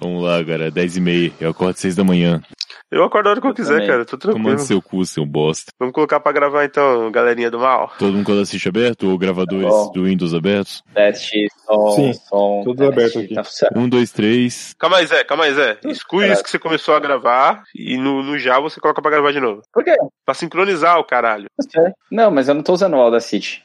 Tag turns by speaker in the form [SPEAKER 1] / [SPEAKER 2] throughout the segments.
[SPEAKER 1] Vamos lá, cara. 10 e meia. Eu acordo 6 da manhã.
[SPEAKER 2] Eu acordo a hora que eu, quiser,
[SPEAKER 3] também.
[SPEAKER 2] cara. Tô tranquilo.
[SPEAKER 1] Tomando seu cu, seu bosta.
[SPEAKER 2] Vamos colocar pra gravar então, galerinha do mal.
[SPEAKER 1] Todo mundo com o assiste aberto ou gravadores
[SPEAKER 3] Tá bom.
[SPEAKER 1] do Windows abertos?
[SPEAKER 3] Teste, som,
[SPEAKER 4] Sim,
[SPEAKER 3] som.
[SPEAKER 4] tudo
[SPEAKER 3] teste,
[SPEAKER 4] aberto aqui.
[SPEAKER 3] Tá funcionando.
[SPEAKER 1] Um, dois, três.
[SPEAKER 2] Calma aí, Zé. Calma aí, Zé. Exclui
[SPEAKER 3] Caraca.
[SPEAKER 2] isso que você começou a gravar e no, no já você coloca pra gravar de novo.
[SPEAKER 3] Por quê?
[SPEAKER 2] Pra sincronizar o caralho.
[SPEAKER 3] Você- Não, mas eu não tô usando o Audacity.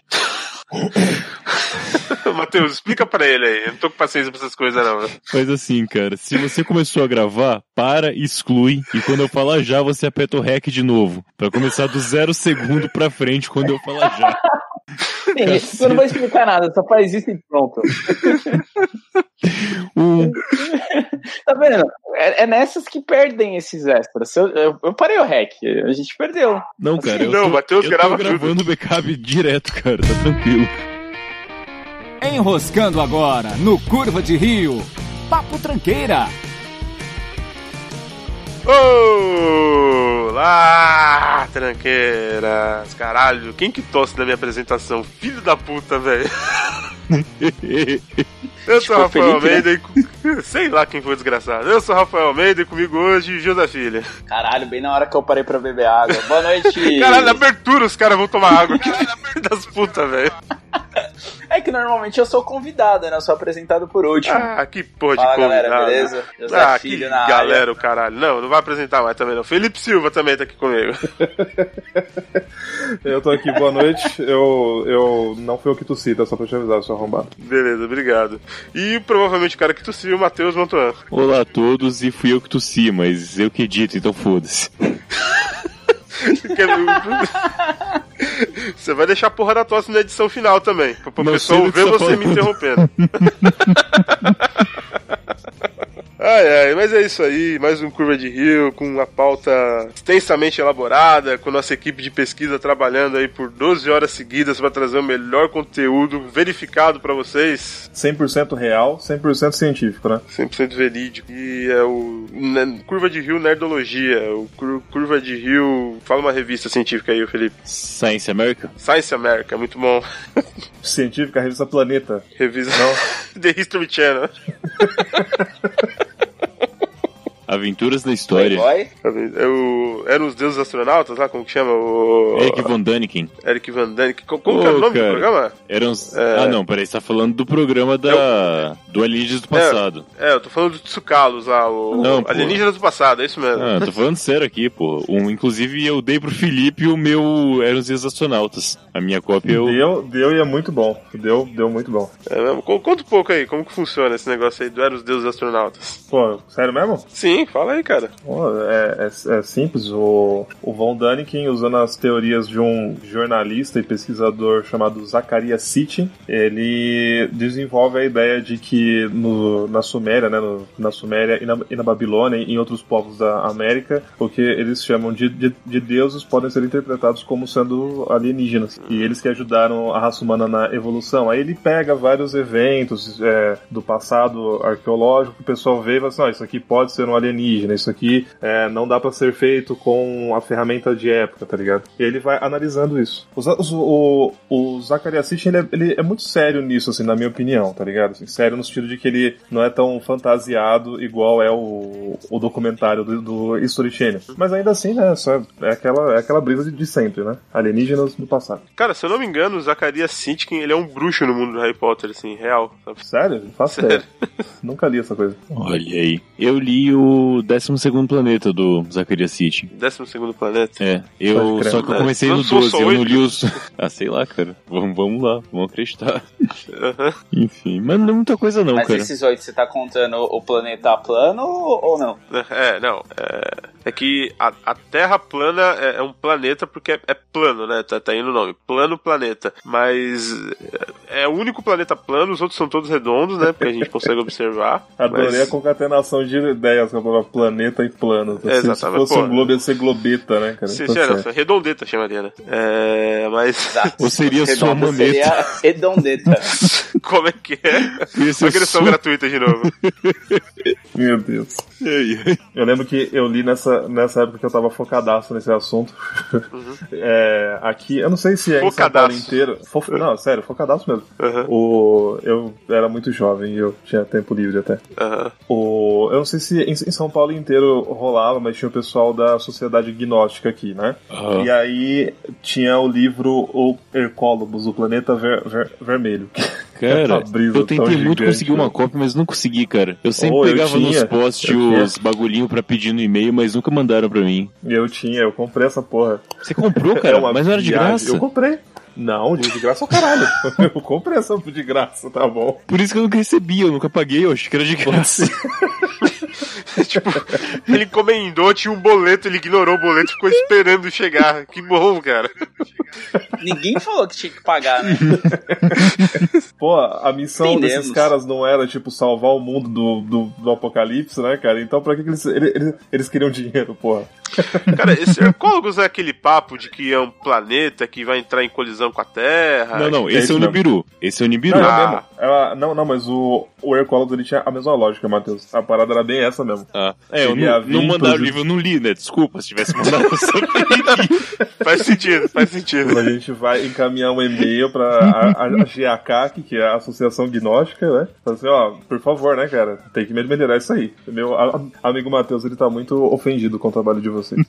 [SPEAKER 2] Matheus, explica pra ele aí. Eu não tô com paciência pra essas coisas, não. né?
[SPEAKER 1] Faz assim, cara. Se você começou a gravar, para, exclui. E quando eu falar já, você aperta o REC de novo. Pra começar do zero segundo pra frente quando eu falar já.
[SPEAKER 3] Sim,
[SPEAKER 1] Caceta.
[SPEAKER 3] você não vai explicar nada, só faz isso e pronto.
[SPEAKER 1] Um.
[SPEAKER 3] Tá vendo? É, é nessas que perdem esses extras. Se Eu, eu, eu parei o hack, a gente perdeu.
[SPEAKER 1] Não, cara. Eu
[SPEAKER 2] Assim não,
[SPEAKER 1] tô,
[SPEAKER 2] o Matheus
[SPEAKER 1] eu tô
[SPEAKER 2] grava tudo.
[SPEAKER 1] gravando o backup direto, cara. Tá tranquilo.
[SPEAKER 5] Enroscando agora no Curva de Rio. Papo Tranqueira.
[SPEAKER 2] Olá, tranqueiras. Caralho, quem que tosse na minha apresentação? Filho da puta, velho. Eu sou
[SPEAKER 3] o
[SPEAKER 2] Rafael
[SPEAKER 3] Felipe, né?
[SPEAKER 2] Almeida e... cu- Sei lá quem foi o desgraçado. Eu sou Rafael Almeida e comigo hoje, Gil da Filha.
[SPEAKER 3] Caralho, bem na hora que eu parei pra beber água. Boa noite.
[SPEAKER 2] Caralho, na abertura os caras vão tomar água. Que filho das putas, velho.
[SPEAKER 3] é que normalmente eu sou convidado, né? Eu sou apresentado por último.
[SPEAKER 2] Ah, que porra de
[SPEAKER 3] Fala,
[SPEAKER 2] convidado.
[SPEAKER 3] galera, beleza? José
[SPEAKER 2] Ah, que
[SPEAKER 3] Filho na área.
[SPEAKER 2] galera, o caralho. Não, não vai apresentar mais também, não. Felipe Silva também tá aqui comigo.
[SPEAKER 4] Eu tô aqui, boa noite. Eu, eu não fui eu que tossi, tá? Só pra te avisar, seu arrombado.
[SPEAKER 2] Beleza, obrigado. E provavelmente o cara que tossiu, é o Matheus Mantuan.
[SPEAKER 1] Olá a todos. E fui eu que tossi, mas eu que edito, então foda-se.
[SPEAKER 2] Quer- Você vai deixar a porra da tosse na edição final também. Pra pra
[SPEAKER 1] Não
[SPEAKER 2] pessoa
[SPEAKER 1] sei do que
[SPEAKER 2] ver
[SPEAKER 1] você
[SPEAKER 2] você
[SPEAKER 1] tá
[SPEAKER 2] me interrompendo. Ai, ai, mas é isso aí, mais um Curva de Rio, com uma pauta extensamente elaborada, com nossa equipe de pesquisa trabalhando aí por 12 horas seguidas pra trazer o melhor conteúdo verificado pra vocês,
[SPEAKER 4] 100% real, 100% científico, né?
[SPEAKER 2] 100% verídico. E é o ne- Curva de Rio Nerdologia, o Cur- Curva de Rio, fala uma revista científica aí, Felipe.
[SPEAKER 1] Science America?
[SPEAKER 2] Science America, é muito bom.
[SPEAKER 4] Científica, a revista Planeta.
[SPEAKER 2] Revisa The History Channel.
[SPEAKER 1] Aventuras na História.
[SPEAKER 3] Playboy?
[SPEAKER 2] É o- Eram os deuses astronautas lá, como que chama? O...
[SPEAKER 1] Eric Von Daniken.
[SPEAKER 2] Eric Van Damme. Co- Como que é o
[SPEAKER 1] Ô,
[SPEAKER 2] nome
[SPEAKER 1] cara.
[SPEAKER 2] do programa?
[SPEAKER 1] Eram os...
[SPEAKER 2] É.
[SPEAKER 1] Ah, não, peraí, você tá falando do programa da... do Alienígenas do Passado.
[SPEAKER 2] É, eu tô falando do Tsukalos lá, o
[SPEAKER 1] Não, pô.
[SPEAKER 2] Alienígenas do Passado, é isso mesmo.
[SPEAKER 1] Ah, tô falando sério aqui, pô. Um, inclusive, eu dei pro Felipe o meu Eram os Dias Astronautas. A minha cópia eu...
[SPEAKER 4] Deu, deu e é muito bom. Deu, deu muito bom.
[SPEAKER 2] É mesmo? Co- Conta um pouco aí, como que funciona esse negócio aí do Eram os deuses astronautas.
[SPEAKER 4] Pô, sério mesmo?
[SPEAKER 2] Sim, fala aí, cara.
[SPEAKER 4] Pô, é, é- é simples. O, o Von Däniken, usando as teorias de um jornalista e pesquisador chamado Zacharias Sitchin, ele desenvolve a ideia de que no- na Suméria, né, no- na Suméria e na, e na Babilônia e em outros povos da América, o que eles chamam de, de, de deuses podem ser interpretados como sendo alienígenas. E eles que ajudaram a raça humana na evolução. Aí ele pega vários eventos é, do passado arqueológico, o pessoal vê e fala assim, "Ó, isso aqui pode ser um alienígena, isso aqui é, não dá pra ser feito com a ferramenta de época, tá ligado? E ele vai analisando isso. Os, os- o, o Zacharias Sitchin, ele, é, ele é muito sério nisso, assim, na minha opinião, tá ligado? Assim, sério no sentido de que ele não é tão fantasiado igual é o, o documentário do, do History Channel. Mas ainda assim, né, só é aquela, é aquela brisa de, de sempre, né? Alienígenas do passado.
[SPEAKER 2] Cara, se eu não me engano, o Zacarias Sitkin, ele é um bruxo no mundo do Harry Potter, assim, real. sabe?
[SPEAKER 4] Sério? Não faço
[SPEAKER 2] Sério.
[SPEAKER 4] ideia. Nunca li essa coisa.
[SPEAKER 1] Olha aí. Eu li o 12º Planeta do Zacarias City.
[SPEAKER 2] Décimo segundo planeta.
[SPEAKER 1] É, eu
[SPEAKER 4] Pode crer.
[SPEAKER 1] só que eu comecei no
[SPEAKER 2] Eu sou
[SPEAKER 1] 12,
[SPEAKER 2] só
[SPEAKER 1] eu não
[SPEAKER 2] oito.
[SPEAKER 1] li os... Ah, sei lá, cara. Vamos, vamos lá, vamos acreditar.
[SPEAKER 2] Aham.
[SPEAKER 1] Enfim, mas não é muita coisa não,
[SPEAKER 3] Mas
[SPEAKER 1] cara.
[SPEAKER 3] esses oito, você tá contando o planeta plano ou ou não?
[SPEAKER 2] É, não. É, é que a, a Terra plana é, é um planeta porque é, é plano, né? Tá, tá indo o nome. Plano planeta. Mas é, é o único planeta plano, os outros são todos redondos, né? Porque a gente consegue observar.
[SPEAKER 4] Adorei
[SPEAKER 2] mas-
[SPEAKER 4] a concatenação de ideias com a palavra planeta e plano. Se- Se,
[SPEAKER 2] Exatamente,
[SPEAKER 4] fosse
[SPEAKER 2] pô.
[SPEAKER 4] um globo, ia ser globeta, né, cara?
[SPEAKER 2] Se,
[SPEAKER 4] Tá
[SPEAKER 2] se era,
[SPEAKER 4] certo.
[SPEAKER 2] redondeta chamaria, né? É, mas
[SPEAKER 6] Tá.
[SPEAKER 1] Ou seria sua
[SPEAKER 3] Redondo
[SPEAKER 1] maneta.
[SPEAKER 3] Seria redondeta.
[SPEAKER 2] como é que é?
[SPEAKER 1] Seria
[SPEAKER 2] Só que eles são
[SPEAKER 1] sua-
[SPEAKER 2] gratuitas de novo.
[SPEAKER 4] Meu Deus. Eu lembro que eu li nessa, nessa, nessa época que eu tava focadaço nesse assunto. É, aqui, eu não sei se é
[SPEAKER 2] Focadaço.
[SPEAKER 4] em São Paulo inteiro. Fo- não, sério, focadaço mesmo.
[SPEAKER 2] Aham,
[SPEAKER 4] O, eu era muito jovem e eu tinha tempo livre até.
[SPEAKER 2] aham.
[SPEAKER 4] O, eu não sei se em, em São Paulo inteiro rolava, mas tinha o pessoal da sociedade gnóstica aqui, né?
[SPEAKER 1] Aham.
[SPEAKER 4] E aí tinha o livro O Hercólobos, o Planeta Ver- Ver- Vermelho.
[SPEAKER 1] Cara,
[SPEAKER 4] Essa brisa
[SPEAKER 1] eu tentei
[SPEAKER 4] tão
[SPEAKER 1] muito
[SPEAKER 4] gigante,
[SPEAKER 1] conseguir uma
[SPEAKER 4] né?
[SPEAKER 1] cópia, mas não consegui, cara. Eu sempre
[SPEAKER 4] Oh, eu
[SPEAKER 1] pegava
[SPEAKER 4] tinha,
[SPEAKER 1] nos posts
[SPEAKER 4] eu tinha.
[SPEAKER 1] os bagulhinhos pra pedir no e-mail, mas nunca mandaram pra mim.
[SPEAKER 4] E eu tinha, eu comprei essa porra.
[SPEAKER 1] Você comprou, cara,
[SPEAKER 4] É uma
[SPEAKER 1] mas não era de
[SPEAKER 4] viagem.
[SPEAKER 1] graça.
[SPEAKER 4] Eu comprei. Não, de graça é o caralho. eu comprei essa de graça, tá bom.
[SPEAKER 1] Por isso que eu nunca recebi, eu nunca paguei, eu achei que era de graça.
[SPEAKER 2] tipo, ele encomendou, tinha um boleto, ele ignorou o boleto e ficou esperando chegar. Que bom, cara.
[SPEAKER 6] Ninguém falou que tinha que pagar, né?
[SPEAKER 4] Pô, a missão
[SPEAKER 6] Entendemos.
[SPEAKER 4] desses caras não era, tipo, salvar o mundo do, do, do apocalipse, né, cara? Então pra que, que eles, ele- eles, eles queriam dinheiro, porra?
[SPEAKER 2] Cara, esse Arcólogos é aquele papo de que é um planeta que vai entrar em colisão com a Terra.
[SPEAKER 1] não, não,
[SPEAKER 4] é
[SPEAKER 1] esse é o
[SPEAKER 4] isso mesmo.
[SPEAKER 1] Nibiru. Esse é o Nibiru.
[SPEAKER 4] Não,
[SPEAKER 2] Ah.
[SPEAKER 4] é mesmo. Ela- não, não, mas o, o Hercólogos, ele tinha a mesma lógica, Matheus. A parada era bem essa mesmo.
[SPEAKER 1] Ah, é, eu
[SPEAKER 4] Ele
[SPEAKER 1] não,
[SPEAKER 4] ia vir
[SPEAKER 1] não mandaram o
[SPEAKER 4] tudo.
[SPEAKER 1] livro, eu não li, né? Desculpa, se tivesse mandado, eu só
[SPEAKER 2] Faz sentido, faz sentido.
[SPEAKER 4] A gente vai encaminhar um e-mail pra a, a, a GACAC, que é a Associação Gnóstica, né? Fala assim, ó, por favor, né, cara? Tem que melhorar isso aí. Meu a- a- amigo Matheus, ele tá muito ofendido com o trabalho de vocês.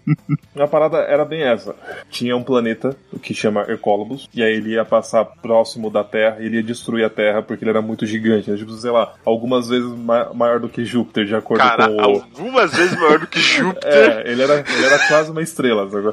[SPEAKER 4] a parada era bem essa. Tinha um planeta que chama Hercólobos, e aí ele ia passar próximo da Terra, e ele ia destruir a Terra porque ele era muito gigante. Né? Tipo, sei lá, algumas vezes ma- maior do que Júpiter, de acordo
[SPEAKER 2] Cara,
[SPEAKER 4] com o...
[SPEAKER 2] algumas vezes maior do que Júpiter.
[SPEAKER 4] É, ele era, ele era quase uma estrela. sabe?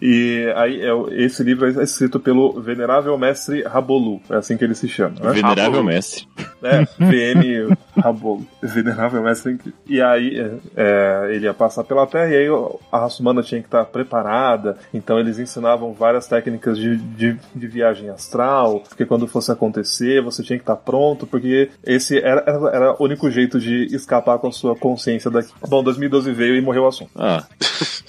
[SPEAKER 4] E aí, é, o- esse livro é escrito pelo Venerável Mestre Rabolu. É assim que ele se chama, né?
[SPEAKER 1] Venerável mestre.
[SPEAKER 4] É, VM Rabolo. Venerável Mestre Incrível. E aí, é, é, ele ia passar pela Terra e aí o- a raça humana tinha que estar preparada. Então, eles ensinavam várias técnicas de, de, de viagem astral, porque quando fosse acontecer, você tinha que estar pronto, porque esse era, era, era o único jeito de escapar com a sua consciência daqui. Bom, 2012 veio e morreu o assunto.
[SPEAKER 1] Ah.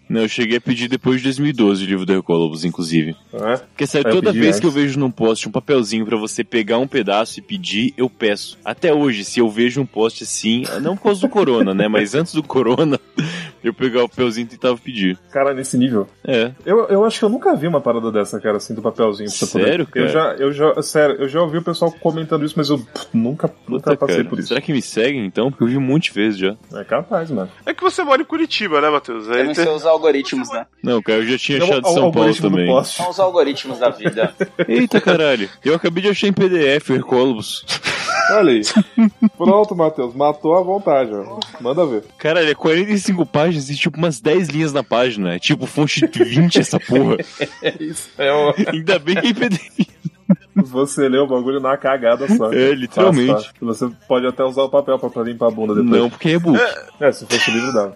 [SPEAKER 1] Não, eu cheguei a pedir depois de 2012 o livro do Hercólobos, inclusive.
[SPEAKER 4] né?
[SPEAKER 1] Porque sabe,
[SPEAKER 4] Eu
[SPEAKER 1] toda
[SPEAKER 4] pedi
[SPEAKER 1] vez
[SPEAKER 4] antes.
[SPEAKER 1] que eu vejo num post um papelzinho pra você pegar um pedaço e pedir, eu peço. Até hoje, se eu vejo um post assim, não por causa do corona, né? Mas antes do corona, eu pegava o papelzinho e tentava pedir.
[SPEAKER 4] Cara, nesse nível.
[SPEAKER 1] É.
[SPEAKER 4] Eu, eu acho que eu nunca vi uma parada dessa, cara, assim, do papelzinho pra você poder.
[SPEAKER 1] Sério, cara?
[SPEAKER 4] Eu já, eu já, sério, eu já ouvi o pessoal comentando isso, mas eu pff, nunca, nunca
[SPEAKER 1] Puta,
[SPEAKER 4] passei
[SPEAKER 1] cara.
[SPEAKER 4] por isso.
[SPEAKER 1] Será que me seguem então? Porque eu vi um monte de vezes já.
[SPEAKER 4] É capaz, mano.
[SPEAKER 2] É que você mora em Curitiba, né, Matheus? Aí
[SPEAKER 6] Devem
[SPEAKER 2] tem-
[SPEAKER 6] ser os algoritmos, né?
[SPEAKER 1] Não, cara, eu já tinha
[SPEAKER 4] Então,
[SPEAKER 1] achado
[SPEAKER 4] o-
[SPEAKER 1] São
[SPEAKER 4] o
[SPEAKER 1] Paulo
[SPEAKER 4] algoritmo do
[SPEAKER 1] também.
[SPEAKER 4] poste.
[SPEAKER 6] São os algoritmos da vida.
[SPEAKER 1] Eita caralho, eu acabei de achar em PDF o Hercólobos.
[SPEAKER 4] Olha aí. Pronto, Matheus, matou a vontade, ó. Manda ver.
[SPEAKER 1] Caralho, é 45 páginas e tipo umas 10 linhas na página. É tipo fonte 20 essa porra.
[SPEAKER 4] É, ó,
[SPEAKER 1] Ainda bem que é em PDF.
[SPEAKER 4] você lê o bagulho na cagada só.
[SPEAKER 1] É, literalmente.
[SPEAKER 4] Fácil, fácil. Você pode até usar o papel pra, pra limpar a bunda depois.
[SPEAKER 1] Não, porque é book.
[SPEAKER 4] É, se fosse o livro, dava.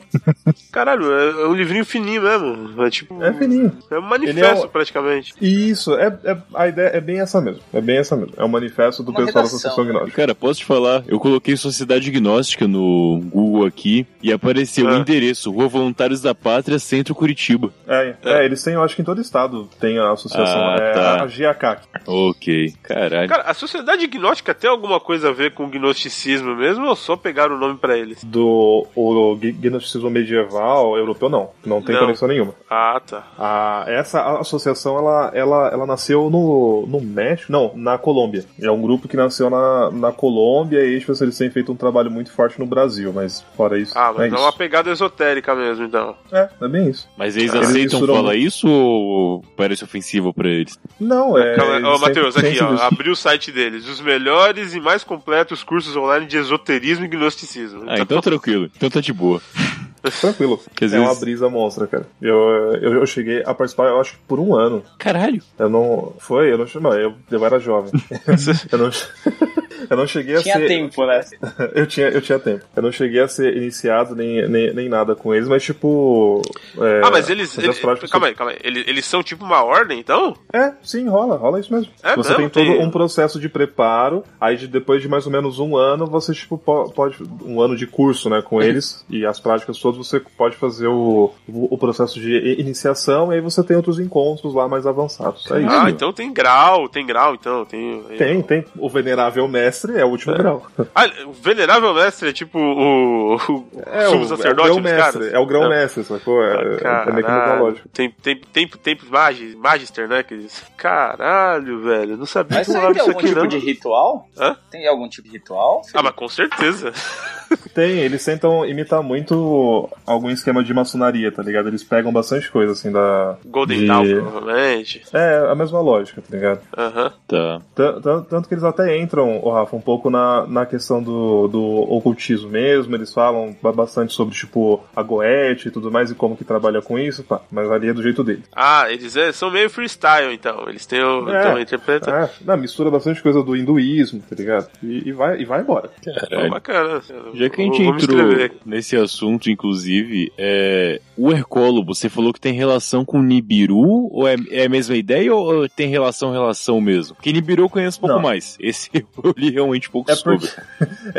[SPEAKER 2] Caralho, é, é um livrinho fininho mesmo. É tipo.
[SPEAKER 4] É fininho.
[SPEAKER 2] É um manifesto,
[SPEAKER 4] Ele é um-
[SPEAKER 2] praticamente.
[SPEAKER 4] Isso, é, é- a ideia é bem essa mesmo. É bem essa mesmo. É o manifesto do
[SPEAKER 6] Uma
[SPEAKER 4] pessoal
[SPEAKER 6] redação. né?
[SPEAKER 4] da Associação Gnóstica.
[SPEAKER 1] Cara, posso te falar? Eu coloquei Sociedade Gnóstica no Google aqui e apareceu
[SPEAKER 2] Ah.
[SPEAKER 1] o endereço, Rua Voluntários da Pátria, Centro Curitiba.
[SPEAKER 4] É, é, eles têm, eu acho que em todo estado tem a associação.
[SPEAKER 1] Ah,
[SPEAKER 4] é
[SPEAKER 1] tá.
[SPEAKER 4] a GACAC.
[SPEAKER 1] Ok, caralho.
[SPEAKER 2] Cara, a sociedade gnóstica tem alguma coisa a ver com o gnosticismo mesmo ou só pegaram o nome pra eles?
[SPEAKER 4] Do o gn- gnosticismo medieval europeu, não. Não tem
[SPEAKER 2] Não.
[SPEAKER 4] conexão nenhuma.
[SPEAKER 2] Ah, tá.
[SPEAKER 4] A, essa associação, ela, ela, ela nasceu no, no México, não, na Colômbia. É um grupo que nasceu na, na Colômbia e tipo, assim, eles têm feito um trabalho muito forte no Brasil, mas fora isso,
[SPEAKER 2] Ah, mas
[SPEAKER 4] é
[SPEAKER 2] é uma
[SPEAKER 4] isso.
[SPEAKER 2] pegada esotérica mesmo, então.
[SPEAKER 4] É, é bem isso.
[SPEAKER 1] Mas eles
[SPEAKER 4] Eles
[SPEAKER 1] aceitam
[SPEAKER 4] misturam
[SPEAKER 1] falar isso ou parece ofensivo pra eles?
[SPEAKER 4] Não, é...
[SPEAKER 2] Calma, Ô,
[SPEAKER 4] eles
[SPEAKER 2] Matheus,
[SPEAKER 4] sempre-
[SPEAKER 2] aqui,
[SPEAKER 4] sempre
[SPEAKER 2] ó.
[SPEAKER 4] isso.
[SPEAKER 2] Abri o site deles. Os melhores e mais completos cursos online de esoterismo e gnosticismo.
[SPEAKER 1] Ah, então tranquilo. Então tá de boa.
[SPEAKER 4] Tranquilo.
[SPEAKER 1] Quer dizer,
[SPEAKER 4] é uma brisa monstra, cara. Eu, eu, eu cheguei a participar, eu acho que por um ano.
[SPEAKER 1] caralho.
[SPEAKER 4] Eu não. Foi, eu não chamava, eu, eu era jovem. eu, não, eu não cheguei a
[SPEAKER 6] Tinha
[SPEAKER 4] ser.
[SPEAKER 6] tempo, né?
[SPEAKER 4] Eu tinha, eu tinha tempo. Eu não cheguei a ser iniciado nem, nem, nem nada com eles, mas tipo. é,
[SPEAKER 2] Ah, mas eles.
[SPEAKER 4] fazer as
[SPEAKER 2] eles-
[SPEAKER 4] práticas-
[SPEAKER 2] calma aí, calma aí. Eles, eles são tipo uma ordem, então?
[SPEAKER 4] É, sim, rola, rola isso mesmo.
[SPEAKER 2] É
[SPEAKER 4] você
[SPEAKER 2] mesmo?
[SPEAKER 4] tem todo
[SPEAKER 2] Tem-
[SPEAKER 4] um processo de preparo, aí de-
[SPEAKER 2] Uhum.
[SPEAKER 4] depois de mais ou menos um ano, você, tipo, po- pode. Um ano de curso, né, com eles, e as práticas todas, você pode fazer o, o processo de i- iniciação e aí você tem outros encontros lá mais avançados. É isso.
[SPEAKER 2] Ah, então tem grau, tem grau, então. Tem.
[SPEAKER 4] Tem, tem. O Venerável Mestre é o último grau.
[SPEAKER 2] Ah, o Venerável Mestre é tipo o. o
[SPEAKER 4] É
[SPEAKER 2] sumo
[SPEAKER 4] o,
[SPEAKER 2] sacerdote
[SPEAKER 4] é o grão
[SPEAKER 2] dos
[SPEAKER 4] mestre.
[SPEAKER 2] caras. Ah,
[SPEAKER 4] É o grão mestre, sacou? É, é, é meio que
[SPEAKER 2] Caralho.
[SPEAKER 4] mitológico.
[SPEAKER 2] Tem, tem, tem, tem magi- Magister, né? Que diz. Caralho, velho. eu Não sabia
[SPEAKER 6] Mas
[SPEAKER 2] que
[SPEAKER 6] será
[SPEAKER 2] rolava
[SPEAKER 6] que tem
[SPEAKER 2] isso
[SPEAKER 6] algum
[SPEAKER 2] aqui,
[SPEAKER 6] tipo
[SPEAKER 2] não.
[SPEAKER 6] de ritual?
[SPEAKER 2] Hã?
[SPEAKER 6] Tem algum tipo de ritual?
[SPEAKER 2] Ah, mas com certeza.
[SPEAKER 4] Tem, eles tentam imitar muito algum esquema de maçonaria, tá ligado? Eles pegam bastante coisa assim da.
[SPEAKER 2] Golden
[SPEAKER 4] de-
[SPEAKER 2] Dawn, provavelmente.
[SPEAKER 4] É, a mesma lógica, tá ligado?
[SPEAKER 2] Aham.
[SPEAKER 1] Tá.
[SPEAKER 4] Tan- tan- Tanto que eles até entram, ô Rafa, um pouco na, na questão do, do ocultismo mesmo, eles falam ba- bastante sobre, tipo, a Goethe e tudo mais, e como que trabalha com isso, pá, mas ali é do jeito dele.
[SPEAKER 2] Ah, eles é, são meio freestyle, então. Eles têm o.
[SPEAKER 4] É.
[SPEAKER 2] Então, interpretam.
[SPEAKER 4] Ah, não, mistura bastante coisa do hinduísmo, tá ligado? E, e vai, e vai embora.
[SPEAKER 2] Pô, bacana.
[SPEAKER 1] Já É. que a
[SPEAKER 2] Vou-
[SPEAKER 1] gente
[SPEAKER 2] vou me
[SPEAKER 1] entrou
[SPEAKER 2] inscrever.
[SPEAKER 1] nesse assunto, inclusive, é... o Hercólobo, você falou que tem relação com Nibiru, ou é, é a mesma ideia, ou tem relação, relação mesmo? Porque Nibiru eu conheço um pouco
[SPEAKER 4] Não.
[SPEAKER 1] mais. Esse eu li realmente um pouco
[SPEAKER 4] É
[SPEAKER 1] sobre.
[SPEAKER 4] porque,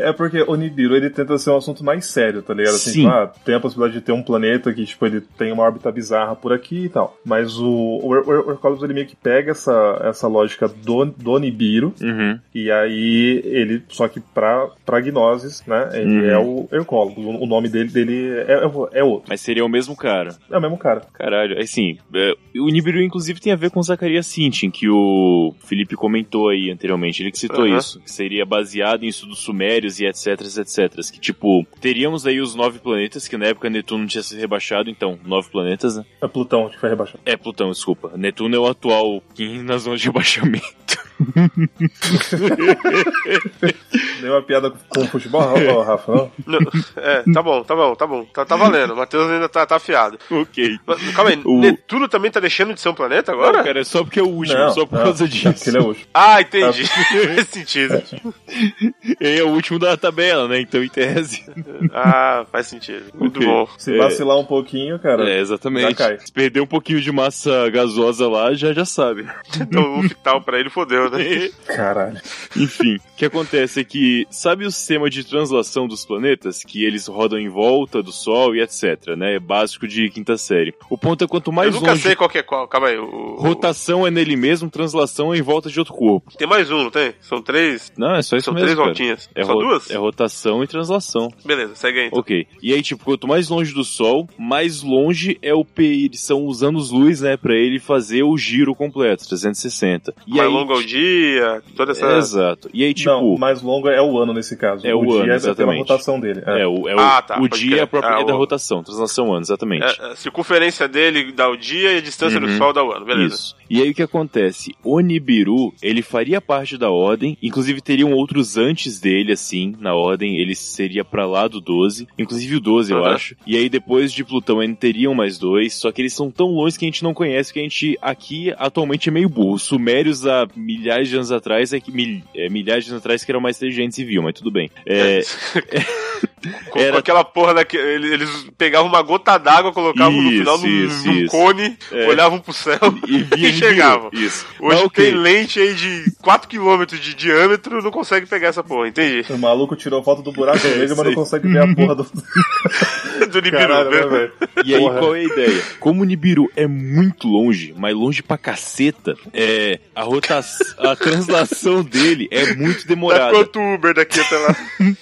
[SPEAKER 4] é porque o Nibiru, ele tenta ser um assunto mais sério, tá ligado? Assim,
[SPEAKER 1] Sim.
[SPEAKER 4] tipo, ah, tem a possibilidade de ter um planeta que, tipo, ele tem uma órbita bizarra por aqui e tal. Mas o, o, Her- o Hercules, ele meio que pega essa, essa lógica do, do Nibiru,
[SPEAKER 1] Uhum.
[SPEAKER 4] E aí ele, só que pra, pra Gnosis, né, ele
[SPEAKER 1] Uhum.
[SPEAKER 4] é o Hercólogo. O o nome dele, dele é, é, é outro.
[SPEAKER 1] Mas seria o mesmo cara.
[SPEAKER 4] É o mesmo cara.
[SPEAKER 1] Caralho, assim, é, o Nibiru inclusive tem a ver com o Zacarias Sintin, que o Felipe comentou aí anteriormente, ele que citou
[SPEAKER 2] Aham.
[SPEAKER 1] isso, que seria baseado em estudos sumérios e etc, etc, que tipo, teríamos aí os nove planetas, que na época Netuno tinha sido rebaixado, então, nove planetas, né?
[SPEAKER 4] É Plutão que foi rebaixado.
[SPEAKER 1] É, Plutão, desculpa, Netuno é o atual Kim na zona de rebaixamento.
[SPEAKER 4] Deu uma piada com- com o futebol, ó, ó, Rafa, não?
[SPEAKER 2] Não, é, tá bom, tá bom, tá bom. Tá, tá valendo. O Matheus ainda tá, tá afiado.
[SPEAKER 1] ok.
[SPEAKER 2] Mas, Calma aí,
[SPEAKER 1] O-
[SPEAKER 2] Netuno também tá deixando de ser um planeta
[SPEAKER 1] Não,
[SPEAKER 2] agora?
[SPEAKER 1] cara, é só porque é o último,
[SPEAKER 4] Não,
[SPEAKER 1] só por
[SPEAKER 4] não,
[SPEAKER 1] causa
[SPEAKER 4] não,
[SPEAKER 1] disso.
[SPEAKER 4] porque ele é útil.
[SPEAKER 2] Ah, entendi. Faz sentido.
[SPEAKER 1] Ele é o último da tabela, né? Então, em tese.
[SPEAKER 2] Ah, faz sentido. Muito
[SPEAKER 1] Ok.
[SPEAKER 2] bom.
[SPEAKER 4] Se vacilar um pouquinho, cara.
[SPEAKER 1] É, exatamente.
[SPEAKER 4] Já cai.
[SPEAKER 1] Se perder um pouquinho de massa gasosa lá, já já sabe.
[SPEAKER 2] Então o Vital pra ele fodeu, né?
[SPEAKER 4] Caralho.
[SPEAKER 1] Enfim, o que acontece é que, sabe o sistema de translação dos planetas? Que eles rodam em volta do Sol e etc, né? É básico de quinta série. O ponto é quanto mais
[SPEAKER 2] Eu nunca
[SPEAKER 1] longe...
[SPEAKER 2] sei qual que é qual. Calma aí. O...
[SPEAKER 1] Rotação é nele mesmo, translação é em volta de outro corpo.
[SPEAKER 2] Tem mais um, não tem? São três?
[SPEAKER 1] Não, é só isso
[SPEAKER 2] São
[SPEAKER 1] mesmo,
[SPEAKER 2] três
[SPEAKER 1] cara.
[SPEAKER 2] voltinhas.
[SPEAKER 1] É
[SPEAKER 2] Só
[SPEAKER 1] ro-
[SPEAKER 2] duas?
[SPEAKER 1] É rotação e translação.
[SPEAKER 2] Beleza, segue aí. Então.
[SPEAKER 1] Ok. E aí, tipo, quanto mais longe do Sol, mais longe é o PI. Eles são os anos-luz, né? Pra ele fazer o giro completo, 360. E
[SPEAKER 2] mais
[SPEAKER 1] aí, tipo,
[SPEAKER 2] longo é o dia, toda essa.
[SPEAKER 1] Exato. E aí, tipo.
[SPEAKER 4] não, o mais longo é o ano nesse caso.
[SPEAKER 1] É o
[SPEAKER 4] dia
[SPEAKER 1] ano,
[SPEAKER 4] é pela
[SPEAKER 1] exatamente.
[SPEAKER 4] rotação dele. É.
[SPEAKER 1] É, o, é o,
[SPEAKER 2] Ah, tá,
[SPEAKER 1] o
[SPEAKER 2] pode
[SPEAKER 1] dia
[SPEAKER 2] crer.
[SPEAKER 1] é a própria
[SPEAKER 2] Ah,
[SPEAKER 1] é da
[SPEAKER 2] o-
[SPEAKER 1] rotação, translação anos, exatamente.
[SPEAKER 2] É, a circunferência dele dá o dia e a distância do
[SPEAKER 1] Uhum.
[SPEAKER 2] sol dá o ano, beleza.
[SPEAKER 1] Isso. E aí o que acontece? O Nibiru, ele faria parte da ordem, inclusive teriam outros antes dele, assim, na ordem, ele seria pra lá do 12, inclusive o 12, eu
[SPEAKER 2] Aham.
[SPEAKER 1] acho. E aí depois de Plutão ainda teriam mais dois, só que eles são tão longe que a gente não conhece, que a gente aqui atualmente é meio burro. Os sumérios há milhares de anos atrás, é que, mil- é, milhares de anos atrás que eram mais inteligentes e viam, mas tudo bem. É,
[SPEAKER 2] Com,
[SPEAKER 1] Era-
[SPEAKER 2] com aquela porra daquele. ele- Eles pegavam uma gota d'água, colocavam no
[SPEAKER 1] Isso,
[SPEAKER 2] final num,
[SPEAKER 1] isso,
[SPEAKER 2] num
[SPEAKER 1] isso.
[SPEAKER 2] cone,
[SPEAKER 1] É.
[SPEAKER 2] olhavam pro céu.
[SPEAKER 1] e via Nibiru.
[SPEAKER 2] Enxergavam.
[SPEAKER 1] Isso.
[SPEAKER 2] Hoje
[SPEAKER 1] Mas, ok.
[SPEAKER 2] tem lente aí de 4km de diâmetro, não consegue pegar essa porra, entendi.
[SPEAKER 4] O maluco tirou foto do buraco
[SPEAKER 1] É,
[SPEAKER 4] dele, mas não
[SPEAKER 1] sei.
[SPEAKER 4] consegue ver a porra do.
[SPEAKER 2] Do Nibiru,
[SPEAKER 4] Caralho,
[SPEAKER 1] é
[SPEAKER 4] né,
[SPEAKER 2] né?
[SPEAKER 4] velho?
[SPEAKER 1] E aí,
[SPEAKER 4] Porra.
[SPEAKER 1] qual é a ideia? Como o Nibiru é muito longe, mas longe pra caceta, é, a rotação, a translação dele é muito
[SPEAKER 2] Tá
[SPEAKER 1] demorada.
[SPEAKER 2] quanto Uber daqui até lá.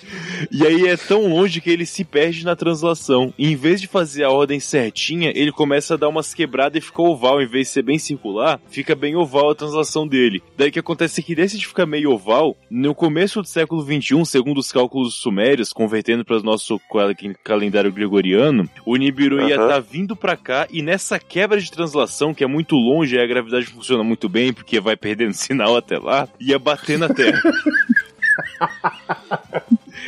[SPEAKER 1] E aí é tão longe que ele se perde na translação. E em vez de fazer a ordem certinha, ele começa a dar umas quebradas e fica oval. Em vez de ser bem circular, fica bem oval a translação dele. Daí o que acontece é que desse de ficar meio oval, no começo do século XXI, segundo os cálculos sumérios, convertendo para o nosso cal- calendário gregoriano, o Nibiru ia
[SPEAKER 2] Aham.
[SPEAKER 1] estar vindo pra cá e nessa quebra de translação, que é muito longe, aí a gravidade funciona muito bem, porque vai perdendo sinal até lá, ia bater na Terra.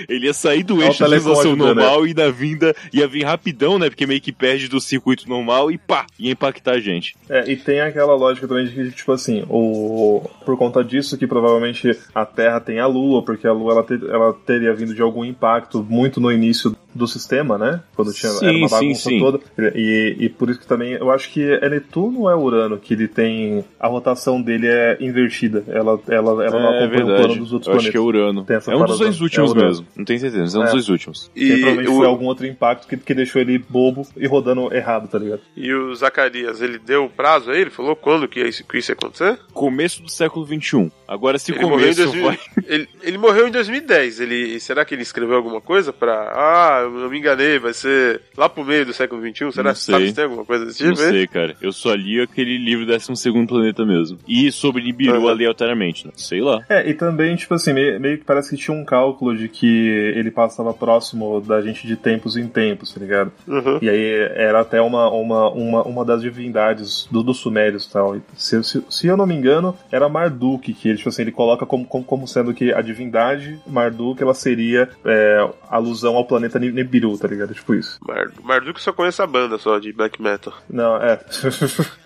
[SPEAKER 1] Ele ia sair do
[SPEAKER 4] É o
[SPEAKER 1] eixo de translação
[SPEAKER 4] telecódigo, né?
[SPEAKER 1] normal e na vinda ia vir rapidão, né? Porque meio que perde do circuito normal e pá, ia impactar a gente.
[SPEAKER 4] É, e tem aquela lógica também de que, tipo assim, o... por conta disso que provavelmente a Terra tem a Lua, porque a Lua ela, te- ela teria vindo de algum impacto muito no início do sistema, né? Quando tinha
[SPEAKER 1] Sim,
[SPEAKER 4] era uma
[SPEAKER 1] sim,
[SPEAKER 4] bagunça
[SPEAKER 1] sim.
[SPEAKER 4] toda. E, e por isso que também eu acho que é Netuno ou é Urano que ele tem a rotação dele é invertida. Ela ela ela não
[SPEAKER 1] é
[SPEAKER 4] acompanha o plano dos outros
[SPEAKER 1] Eu acho que é
[SPEAKER 4] planetas.
[SPEAKER 1] Urano.
[SPEAKER 4] Tem essa
[SPEAKER 1] É um dos
[SPEAKER 4] parada.
[SPEAKER 1] dois últimos
[SPEAKER 4] É Urano.
[SPEAKER 1] mesmo. Não tenho certeza, mas é um dos
[SPEAKER 4] É.
[SPEAKER 1] dois últimos.
[SPEAKER 4] Que
[SPEAKER 2] E
[SPEAKER 4] provavelmente
[SPEAKER 2] o,
[SPEAKER 4] foi algum outro impacto que, que deixou ele bobo e rodando errado, tá ligado?
[SPEAKER 2] e o Zacarias, ele deu o prazo aí? Ele falou quando que isso, que isso ia acontecer?
[SPEAKER 1] Começo do século XXI. Agora, se
[SPEAKER 2] Ele morreu em
[SPEAKER 1] começo
[SPEAKER 2] 2000.
[SPEAKER 1] vai.
[SPEAKER 2] Ele, ele morreu em 2010. Ele, será que ele escreveu alguma coisa pra. Ah, eu me enganei, vai ser lá pro meio do século XXI? Será
[SPEAKER 1] Não
[SPEAKER 2] que sabe
[SPEAKER 1] sei.
[SPEAKER 2] se tem alguma coisa desse
[SPEAKER 1] Não
[SPEAKER 2] tipo? hein?
[SPEAKER 1] sei, cara. Eu só li aquele livro 12 Segundo Planeta mesmo. E sobre Nibiru
[SPEAKER 4] Uhum.
[SPEAKER 2] Aham.
[SPEAKER 1] aleatoriamente, né? Sei lá.
[SPEAKER 4] É, e também, tipo assim, meio, meio que parece que tinha um cálculo de que ele passava próximo da gente de tempos em tempos, tá ligado?
[SPEAKER 2] Uhum.
[SPEAKER 4] E aí era até uma, uma, uma, uma das divindades do, dos sumérios e tal. E Se, se, se eu não me engano, era Marduk, que ele, tipo assim, ele coloca como, como, como sendo que a divindade Marduk, ela seria é, alusão ao planeta Ni- Nibiru, tá ligado? Tipo isso.
[SPEAKER 2] Mar- Marduk só conhece a banda só de black metal.
[SPEAKER 4] Não, é.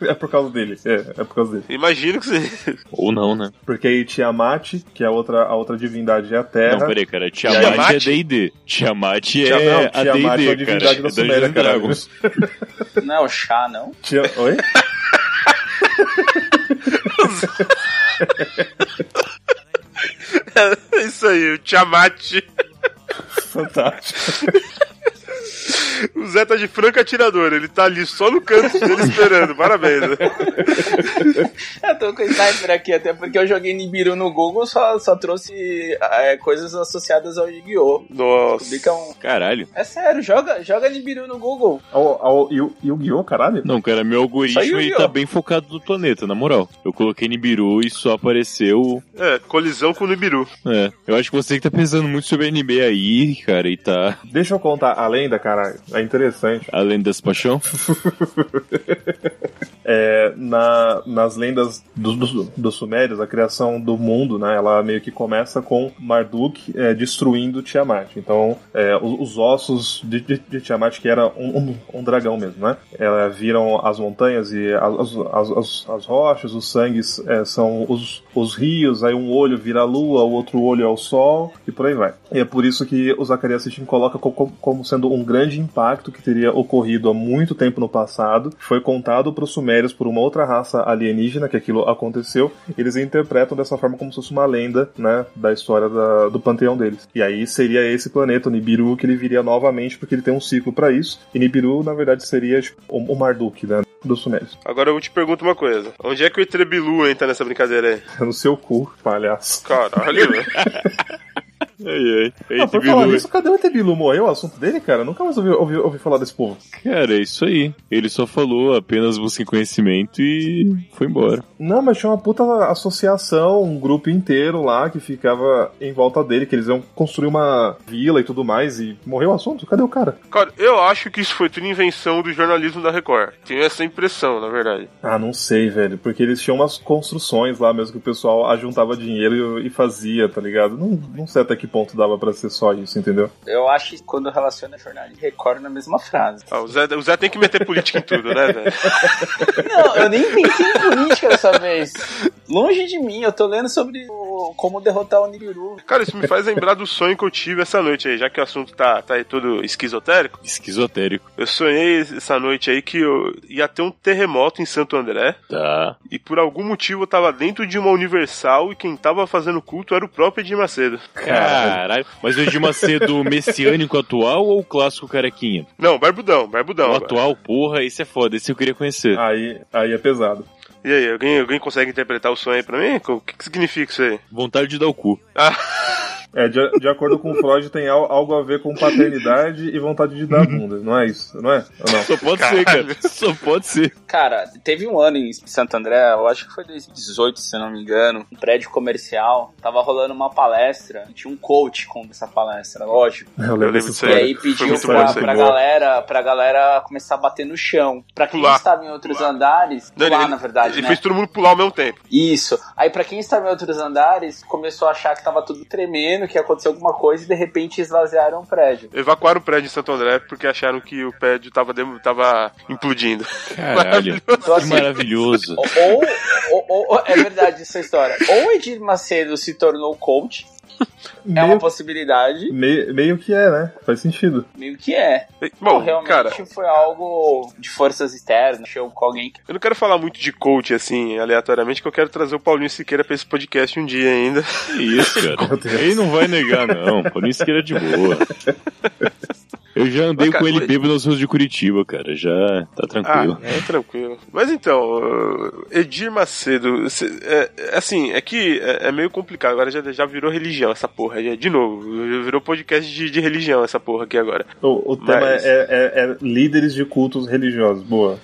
[SPEAKER 4] é por causa dele. É, é por causa dele.
[SPEAKER 2] Imagino que sim.
[SPEAKER 1] Ou não, né?
[SPEAKER 4] Porque aí Tiamat, que é a outra, a outra divindade é a Terra.
[SPEAKER 1] Não, peraí, cara. Tiamat é
[SPEAKER 2] Tiamat?
[SPEAKER 1] D&D. Tiamat é
[SPEAKER 4] Tia- não,
[SPEAKER 1] a
[SPEAKER 4] Tiamat é a
[SPEAKER 1] D&D,
[SPEAKER 4] divindade
[SPEAKER 1] cara. É
[SPEAKER 4] da
[SPEAKER 1] Dungeons
[SPEAKER 4] Suméria,
[SPEAKER 1] and
[SPEAKER 4] cara.
[SPEAKER 1] Dragons.
[SPEAKER 6] Não é o chá, não?
[SPEAKER 4] Tia- Oi?
[SPEAKER 2] É isso aí, o Tiamat.
[SPEAKER 4] Fantástico.
[SPEAKER 2] O Zé tá de franco atirador, ele tá ali só no canto dele esperando. Parabéns. né?
[SPEAKER 6] Eu tô com sniper aqui, até porque eu joguei Nibiru no Google, só, só trouxe é, coisas associadas ao Yu-Gi-Oh!
[SPEAKER 2] Nossa.
[SPEAKER 6] Descobri que é um-
[SPEAKER 1] Caralho.
[SPEAKER 6] É sério, joga, joga Nibiru no Google.
[SPEAKER 4] Ao- ao- E o- e o Guiô, caralho?
[SPEAKER 1] Não, cara, meu algoritmo
[SPEAKER 6] Saiu aí,
[SPEAKER 1] ele
[SPEAKER 6] ó.
[SPEAKER 1] tá bem focado no planeta, na moral. Eu coloquei Nibiru e só apareceu.
[SPEAKER 2] É, colisão com o Nibiru.
[SPEAKER 1] É. Eu acho que você que tá pensando muito sobre anime aí, cara, e tá
[SPEAKER 4] Deixa eu contar a lenda, caralho. É interessante.
[SPEAKER 1] além das paixão.
[SPEAKER 4] É, na, nas lendas dos dos- dos sumérios, a criação do mundo, né? Ela meio que começa com Marduk é, destruindo Tiamat. Então, é, o- os, ossos de, de- de Tiamat, que era um, um- um dragão mesmo, né? Ela, viram as montanhas e as, as- as- as rochas, os sangues é, são os, os rios, aí um olho vira a lua, o outro olho é o sol, e por aí vai. E é por isso que o Zacarias Sitchin coloca co- co- como sendo um grande impacto que teria ocorrido há muito tempo no passado, foi contado para os sumérios por uma outra raça alienígena que aquilo aconteceu, eles interpretam dessa forma como se fosse uma lenda, né, da história da- do panteão deles. E aí seria esse planeta, o Nibiru, que ele viria novamente porque ele tem um ciclo para isso, e Nibiru, na verdade, seria tipo, o o Marduk, né, dos sumérios.
[SPEAKER 2] Agora eu te pergunto uma coisa. Onde é que o Etrebilu entra nessa brincadeira aí?
[SPEAKER 4] No seu cu, palhaço.
[SPEAKER 2] Caralho, velho.
[SPEAKER 1] Ai, ai. Ei,
[SPEAKER 4] Ah, por
[SPEAKER 1] Nibiru,
[SPEAKER 4] falar nisso, cadê o Etebilu? Morreu o assunto dele, cara? Nunca mais ouvi, ouvi, ouvi falar desse povo.
[SPEAKER 1] Cara, é isso aí. Ele só falou apenas busquem conhecimento e foi embora.
[SPEAKER 4] Não, mas tinha uma puta associação, um grupo inteiro lá que ficava em volta dele, que eles iam construir uma vila e tudo mais, e morreu o assunto? Cadê o cara?
[SPEAKER 2] Cara, eu acho que isso foi tudo invenção do jornalismo da Record. Tenho essa impressão, na verdade.
[SPEAKER 4] Ah, não sei, velho, porque eles tinham umas construções lá mesmo que o pessoal ajuntava dinheiro e, e fazia, tá ligado? Não, não sei até que ponto dava pra ser só isso, entendeu?
[SPEAKER 6] Eu acho que quando relaciona jornal e Record na mesma frase.
[SPEAKER 2] Ah, o, Zé, o Zé tem que meter política em tudo, né, velho?
[SPEAKER 6] Não, eu nem pensei em política dessa vez. Longe de mim, eu tô lendo sobre o- como derrotar o Nibiru.
[SPEAKER 2] Cara, isso me faz lembrar do sonho que eu tive essa noite aí, já que o assunto tá, tá aí todo esquizotérico.
[SPEAKER 1] Esquizotérico.
[SPEAKER 2] Eu sonhei essa noite aí que eu ia ter um terremoto em Santo André.
[SPEAKER 1] Tá.
[SPEAKER 2] E por algum motivo eu tava dentro de uma universal e quem tava fazendo culto era o próprio Edir Macedo.
[SPEAKER 1] Caralho. Mas o Edir Macedo messiânico atual ou o clássico carequinha?
[SPEAKER 2] Não, Barbudão, Barbudão.
[SPEAKER 1] o atual, porra, esse é foda, esse eu queria conhecer.
[SPEAKER 4] Aí, aí é pesado.
[SPEAKER 2] E aí, alguém, alguém consegue interpretar o sonho aí pra mim? O que, que significa isso aí?
[SPEAKER 1] Vontade de dar o cu.
[SPEAKER 4] É, de, de acordo com o Freud, tem al- algo a ver com paternidade e vontade de dar bunda, não é isso? Não é? Ou não?
[SPEAKER 1] Só pode ser, cara. Só pode ser.
[SPEAKER 6] Cara, teve um ano em Santo André, eu acho que foi 2018, se eu não me engano, um prédio comercial, tava rolando uma palestra, tinha um coach com essa palestra, lógico.
[SPEAKER 4] Eu
[SPEAKER 2] lembro
[SPEAKER 4] dessa
[SPEAKER 2] disso
[SPEAKER 6] E
[SPEAKER 4] história.
[SPEAKER 2] Foi-
[SPEAKER 6] aí
[SPEAKER 2] foi
[SPEAKER 6] pediu
[SPEAKER 2] muito
[SPEAKER 6] pra,
[SPEAKER 2] bom isso aí,
[SPEAKER 6] pra
[SPEAKER 4] boa.
[SPEAKER 6] galera, pra galera começar a bater no chão. Pra quem
[SPEAKER 2] Pular.
[SPEAKER 6] estava em outros andares,
[SPEAKER 2] Não, ele-
[SPEAKER 6] pular, na verdade,
[SPEAKER 2] Ele
[SPEAKER 6] né?
[SPEAKER 2] fez todo mundo pular ao mesmo tempo.
[SPEAKER 6] Isso. Aí pra quem estava em outros andares, começou a achar que tava tudo tremendo, que aconteceu alguma coisa e de repente esvaziaram o prédio.
[SPEAKER 2] Evacuaram o prédio em Santo André porque acharam que o prédio tava, dem- tava implodindo.
[SPEAKER 1] Caralho.
[SPEAKER 6] Então,
[SPEAKER 1] Que
[SPEAKER 6] assim,
[SPEAKER 1] maravilhoso.
[SPEAKER 6] ou, ou- ou- ou- é verdade essa história. Ou o Edir Macedo se tornou coach, É
[SPEAKER 4] meio,
[SPEAKER 6] uma possibilidade,
[SPEAKER 4] meio, meio que é, né? Faz sentido.
[SPEAKER 6] meio que é.
[SPEAKER 2] Bom,
[SPEAKER 6] realmente
[SPEAKER 2] cara,
[SPEAKER 6] foi algo de forças externas. Chegou com alguém que
[SPEAKER 2] eu não quero falar muito de coach, assim, aleatoriamente, que eu quero trazer o Paulinho Siqueira pra esse podcast um dia ainda.
[SPEAKER 1] Que isso, cara. Ele não vai negar, não. Paulinho Siqueira é de boa. Eu já andei
[SPEAKER 2] Mas, cara,
[SPEAKER 1] com ele
[SPEAKER 2] foi-
[SPEAKER 1] bêbado nos rios de Curitiba, cara. Já tá tranquilo.
[SPEAKER 2] Ah, é tranquilo. Mas então, uh, Edir Macedo, cê- é, é assim, é que é, é meio complicado. Agora já, já virou religião essa porra. já- de novo, já virou podcast de, de religião essa porra aqui agora.
[SPEAKER 4] O, o tema
[SPEAKER 2] Mas-
[SPEAKER 4] é, é- é líderes de cultos religiosos. Boa.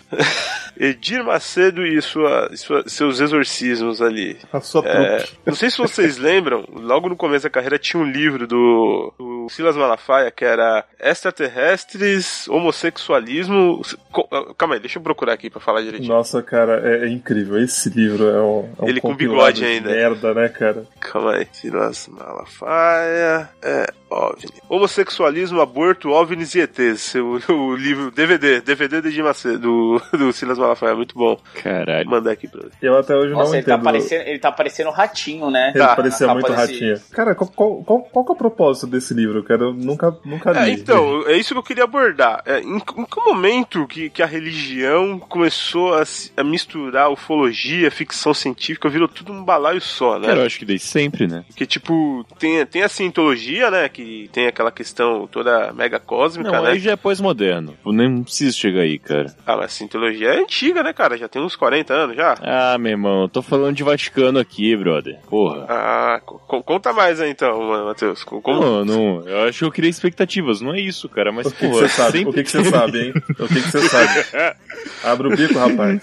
[SPEAKER 2] Edir Macedo e sua, e sua- seus exorcismos ali.
[SPEAKER 4] A sua
[SPEAKER 2] É,
[SPEAKER 4] trupe.
[SPEAKER 2] não sei se vocês lembram, logo no começo da carreira tinha um livro do, do Silas Malafaia que era Extraterrestres, Homossexualismo. co- Calma aí, deixa eu procurar aqui pra falar direitinho.
[SPEAKER 4] Nossa, cara, é, é incrível. Esse livro é um, é um
[SPEAKER 2] Ele com
[SPEAKER 4] compilado
[SPEAKER 2] bigode
[SPEAKER 4] de
[SPEAKER 2] ainda.
[SPEAKER 4] Merda, né, cara?
[SPEAKER 2] Calma aí. Silas Malafaia é OVNI. Homossexualismo, aborto, OVNIs e ETs. O, o livro, DVD, DVD de Edir Macedo, do, do Silas Malafaia. Muito bom.
[SPEAKER 1] Caralho.
[SPEAKER 2] Vou mandar aqui pra ele.
[SPEAKER 4] Eu até hoje
[SPEAKER 6] Nossa,
[SPEAKER 4] não
[SPEAKER 6] ele tá,
[SPEAKER 4] entendo.
[SPEAKER 6] parecendo, ele tá parecendo um ratinho, né?
[SPEAKER 4] Ele
[SPEAKER 2] Tá,
[SPEAKER 4] parecia
[SPEAKER 6] tá
[SPEAKER 4] muito
[SPEAKER 6] parecendo-
[SPEAKER 4] ratinho. Cara, qual, qual, qual, qual que é o propósito desse livro, cara? Eu nunca, nunca li.
[SPEAKER 2] É, então, é isso que eu queria abordar. É, em, em que momento que, que a religião começou a, se- a misturar ufologia, ficção científica, virou tudo um balaio só, né?
[SPEAKER 1] Cara, eu acho que desde sempre, né?
[SPEAKER 2] Porque, tipo, tem, tem a cientologia, né? Que tem aquela questão toda mega cósmica,
[SPEAKER 1] Não,
[SPEAKER 2] né?
[SPEAKER 1] aí já é pós-moderno. Eu Nem preciso chegar aí, cara.
[SPEAKER 2] Ah, mas a cientologia é antiga, né, cara? Já tem uns 40 anos já.
[SPEAKER 1] Ah, meu irmão, eu tô falando de Vaticano aqui, brother. Porra.
[SPEAKER 2] Ah, co- co- conta mais aí então, mano, Matheus. Co- Como...
[SPEAKER 1] Não, não, eu acho que eu criei expectativas, não é isso, cara, mas
[SPEAKER 4] O que, que
[SPEAKER 1] porra,
[SPEAKER 2] é
[SPEAKER 4] você sabe?
[SPEAKER 1] sempre
[SPEAKER 4] O que, que você sabe, hein? O que, que você sabe? Abre o bico, rapaz.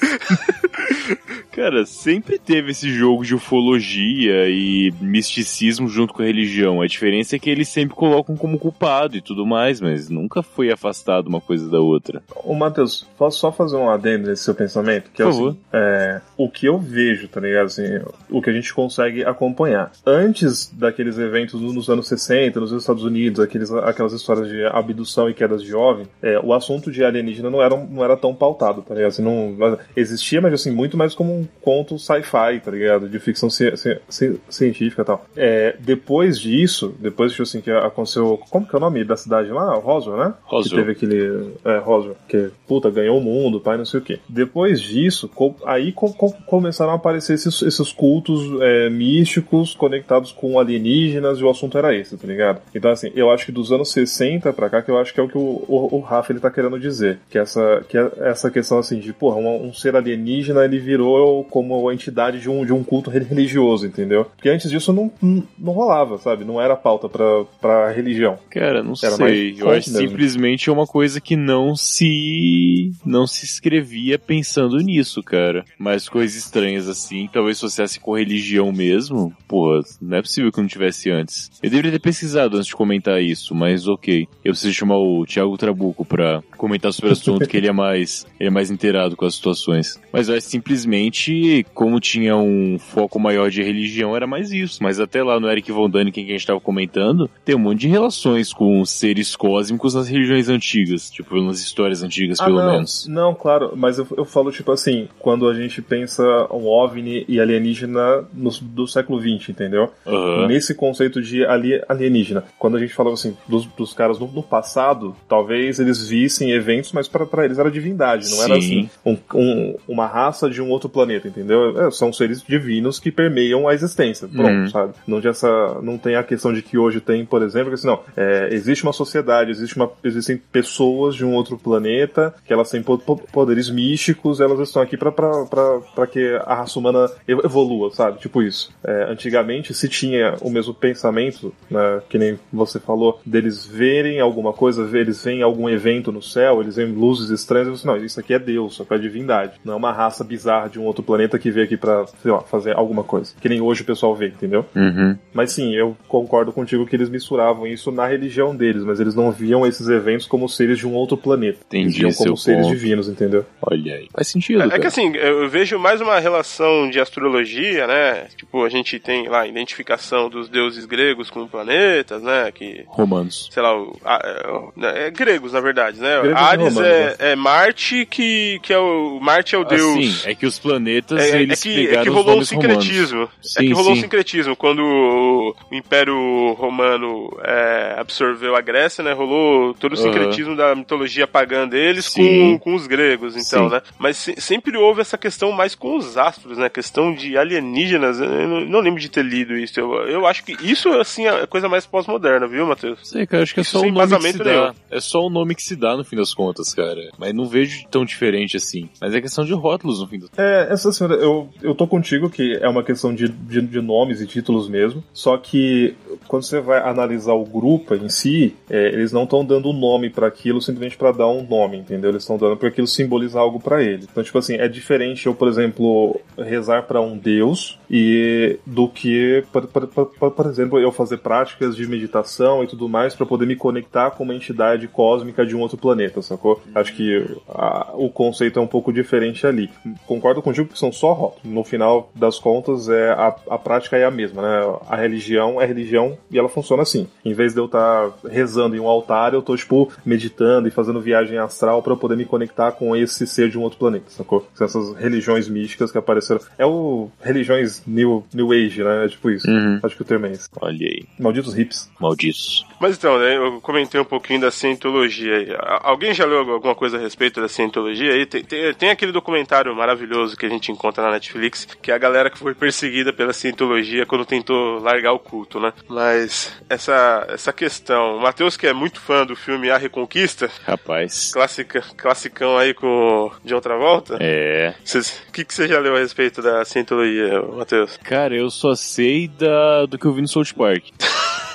[SPEAKER 1] Cara, sempre teve esse jogo de ufologia e misticismo junto com a religião. A diferença é que eles sempre colocam como culpado e tudo mais, mas nunca foi afastado uma coisa da outra.
[SPEAKER 4] Ô, Matheus, posso só fazer um adendo nesse seu pensamento? Que é
[SPEAKER 1] Por
[SPEAKER 4] o
[SPEAKER 1] favor.
[SPEAKER 4] seguinte, é, o que eu vejo, tá ligado? Assim, o que a gente consegue acompanhar. Antes daqueles eventos nos anos 60, nos Estados Unidos, aqueles, aquelas histórias de abdução e quedas de jovem, é, o assunto de alienígena não era, um- não era tão pautado, tá ligado? Assim, não, mas existia, mas assim, muito mais como um conto sci-fi, tá ligado? De ficção ci- ci- ci- científica e tal. É, depois disso, depois tipo assim, que aconteceu. Como que é o nome da cidade lá? Roswell, né? Que
[SPEAKER 1] Roswell.
[SPEAKER 4] teve aquele. É, Roswell, que puta, ganhou o mundo, pai, não sei o quê. Depois disso, co- aí co- co- começaram a aparecer esses, esses cultos é, místicos conectados com alienígenas e o assunto era esse, tá ligado? Então, assim, eu acho que dos anos 60 pra cá, que eu acho que é o que o, o, o Rafa ele tá querendo dizer. Que essa, que é- essa questão, assim, de, porra, um, um ser alienígena ele virou como a entidade de um, de um culto re- religioso, entendeu? Porque antes disso não, não, não rolava, sabe? Não era pauta pra, pra religião.
[SPEAKER 1] Cara, não
[SPEAKER 4] Era mais
[SPEAKER 1] sei. Eu
[SPEAKER 4] forte
[SPEAKER 1] acho
[SPEAKER 4] mesmo.
[SPEAKER 1] simplesmente é uma coisa que não se não se escrevia pensando nisso, cara. Mas coisas estranhas assim, talvez associasse com religião mesmo. Porra, não é possível que não tivesse antes. Eu deveria ter pesquisado antes de comentar isso, mas ok. Eu preciso chamar o Thiago Trabuco pra comentar sobre o assunto que ele é mais ele é mais inteirado com as situações. Mas eu acho simplesmente como tinha um foco maior de religião era mais isso. Mas até lá no Eric Von Däniken que a gente tava comentando, tem um monte de relações com seres cósmicos nas religiões antigas, tipo nas histórias
[SPEAKER 2] Ah,
[SPEAKER 1] antigas pelo
[SPEAKER 4] Ah, não.
[SPEAKER 1] menos.
[SPEAKER 4] Não, claro, mas eu, eu falo, tipo assim, quando a gente pensa um OVNI e alienígena no- do século XX, entendeu?
[SPEAKER 1] Aham.
[SPEAKER 4] Nesse conceito de ali- alienígena. Quando a gente falava assim, dos, dos caras no, no passado, talvez eles vissem eventos, mas pra pra eles era divindade, não
[SPEAKER 1] Sim.
[SPEAKER 4] era assim, um- um- uma raça de um outro planeta, entendeu? É, são seres divinos que permeiam a existência. Pronto,
[SPEAKER 1] Uhum.
[SPEAKER 4] sabe? Não, tinha essa, não tem a questão de que hoje tem, por exemplo, que assim, não, é, existe uma sociedade, existe uma, existem pessoas de um outro planeta, que elas têm po- po- poderes místicos, elas estão aqui pra- pra pra- pra que a raça humana ev- evolua, sabe? Tipo isso. É, antigamente se tinha o mesmo pensamento, né, que nem você falou, deles verem alguma coisa, ver- eles veem algum evento no céu, eles veem luzes estranhas, e você, não, isso aqui é Deus, isso aqui é divindade, não é uma raça bizarra de um outro planeta que veio aqui pra, sei lá, fazer alguma coisa. Que nem hoje o pessoal vê, entendeu?
[SPEAKER 1] Uhum.
[SPEAKER 4] Mas sim, eu concordo contigo que eles misturavam isso na religião deles, mas eles não viam esses eventos como seres de um outro planeta. Eles
[SPEAKER 1] Entendi
[SPEAKER 4] viam
[SPEAKER 1] seu
[SPEAKER 4] como seres
[SPEAKER 1] ponto.
[SPEAKER 4] divinos, entendeu?
[SPEAKER 1] Olha aí. Faz sentido,
[SPEAKER 2] É, é
[SPEAKER 1] cara.
[SPEAKER 2] que assim, eu eu vejo mais uma relação de astrologia, né? Tipo, a gente tem lá a identificação dos deuses gregos com planetas, né? Que,
[SPEAKER 1] Romanos.
[SPEAKER 2] sei lá, o, a- é, o- né, é gregos, na verdade, né?
[SPEAKER 4] Gregos e
[SPEAKER 2] Ares
[SPEAKER 4] romanos,
[SPEAKER 2] é, é Marte, que, que é o. Marte é o deus.
[SPEAKER 1] Assim, é que os planetas
[SPEAKER 2] É,
[SPEAKER 1] e
[SPEAKER 2] é
[SPEAKER 1] Ah, eles
[SPEAKER 2] que, é
[SPEAKER 1] pegaram
[SPEAKER 2] que
[SPEAKER 1] os
[SPEAKER 2] rolou o
[SPEAKER 1] nomes romanos.
[SPEAKER 2] sincretismo. é
[SPEAKER 1] Sim,
[SPEAKER 2] que rolou o
[SPEAKER 1] sim.
[SPEAKER 2] sincretismo. Quando o Império Romano é, absorveu a Grécia, né? Rolou todo o
[SPEAKER 1] Aham.
[SPEAKER 2] sincretismo da mitologia pagã deles
[SPEAKER 1] Sim.
[SPEAKER 2] com, com os gregos, então,
[SPEAKER 1] Sim.
[SPEAKER 2] né? Mas se- sempre houve essa questão mais com os astros, né? Questão de alienígenas. Eu não, não lembro de ter lido isso. Eu, eu acho que isso, assim, é a coisa mais pós-moderna, viu, Matheus?
[SPEAKER 1] Sei, cara, acho que é
[SPEAKER 2] Isso
[SPEAKER 1] só
[SPEAKER 2] sem
[SPEAKER 1] um nome que se
[SPEAKER 2] embasamento
[SPEAKER 1] dá.
[SPEAKER 2] nenhum.
[SPEAKER 1] É só um nome que se dá no fim das contas, cara. Mas não vejo tão diferente assim. Mas é questão de rótulos no fim do
[SPEAKER 4] É, essa senhora, eu, eu tô contigo que é uma questão de, de, de nomes e títulos mesmo, só que quando você vai analisar o grupo em si, é, eles não estão dando um nome pra aquilo simplesmente pra dar um nome, entendeu? Eles estão dando pra aquilo simbolizar algo pra eles. Então, tipo assim, é diferente eu, por exemplo, rezar pra um deus e do que, por, por, por, por exemplo, eu fazer práticas de meditação e tudo mais pra poder me conectar com uma entidade cósmica de um outro planeta, sacou? Acho que a- o conceito é um pouco diferente ali. Concordo contigo que são só rótulos. No final das contas, é a, a prática é a mesma, né? A religião é religião e ela funciona assim. Em vez de eu estar rezando em um altar, eu tô, tipo, meditando e fazendo viagem astral pra eu poder me conectar com esse ser de um outro planeta, sacou? São essas religiões místicas que apareceram. É o religiões New, new Age, né? É tipo isso.
[SPEAKER 1] Uhum.
[SPEAKER 4] Acho que o termo é esse.
[SPEAKER 1] Olha aí,
[SPEAKER 4] Malditos hips.
[SPEAKER 1] malditos.
[SPEAKER 2] Mas então, né? Eu comentei um pouquinho da cientologia aí. A- Alguém já leu alguma coisa a respeito da cientologia aí? Tem, tem, tem aquele documentário maravilhoso que a gente encontra na Netflix, que é a galera que foi perseguida pela cientologia quando tentou largar o culto, né? Mas essa, essa questão. O Matheus, que é muito fã do filme A Reconquista,
[SPEAKER 1] Rapaz.
[SPEAKER 2] clássica, classicão aí com o John Travolta,
[SPEAKER 1] É.
[SPEAKER 2] cês- o que, que você já leu a respeito da cientologia, Matheus?
[SPEAKER 1] Cara, eu só sei da, do que eu vi no South Park.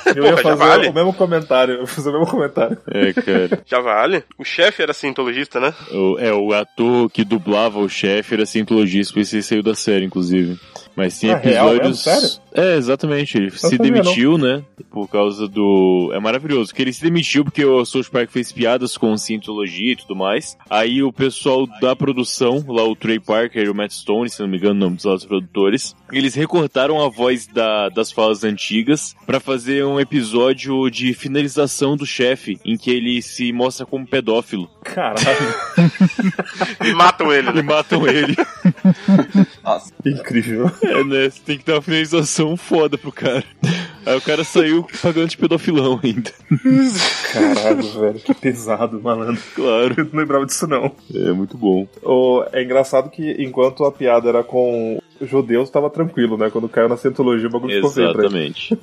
[SPEAKER 4] Eu
[SPEAKER 2] Porra,
[SPEAKER 4] ia
[SPEAKER 2] já
[SPEAKER 4] fazer
[SPEAKER 2] vale?
[SPEAKER 4] o mesmo comentário. Eu ia fazer o mesmo comentário.
[SPEAKER 1] É, cara.
[SPEAKER 2] Já vale? O chefe era cientologista, né?
[SPEAKER 1] o, é, o ator que dublava o chefe era cientologista, esse saiu da série, inclusive. Mas tem
[SPEAKER 4] Na É, real,
[SPEAKER 1] episódios.
[SPEAKER 4] mesmo? Sério?
[SPEAKER 1] É, exatamente. Ele se
[SPEAKER 4] sabia,
[SPEAKER 1] demitiu, né? Por causa do. É maravilhoso. Que ele se demitiu porque o South Park fez piadas com cientologia e tudo mais. Aí o pessoal da produção, lá o Trey Parker e o Matt Stone, se não me engano, o nome dos nossos produtores, eles recortaram a voz da- das falas antigas pra fazer um episódio de finalização do chefe, em que ele se mostra como pedófilo.
[SPEAKER 4] Caralho.
[SPEAKER 2] E matam ele,
[SPEAKER 1] E
[SPEAKER 2] né?
[SPEAKER 1] matam ele.
[SPEAKER 6] Nossa,
[SPEAKER 4] Incrível.
[SPEAKER 1] É, né? Você tem que dar uma finalização foda pro cara. Aí o cara saiu pagando de pedofilão ainda.
[SPEAKER 4] Caralho, velho. Que pesado, malandro.
[SPEAKER 1] Claro.
[SPEAKER 4] Eu não lembrava disso, não.
[SPEAKER 1] É muito bom.
[SPEAKER 4] O- é engraçado que enquanto a piada era com judeus, tava tranquilo, né? Quando caiu na Scientologia, o bagulho ficou feio pra ele.
[SPEAKER 1] Exatamente.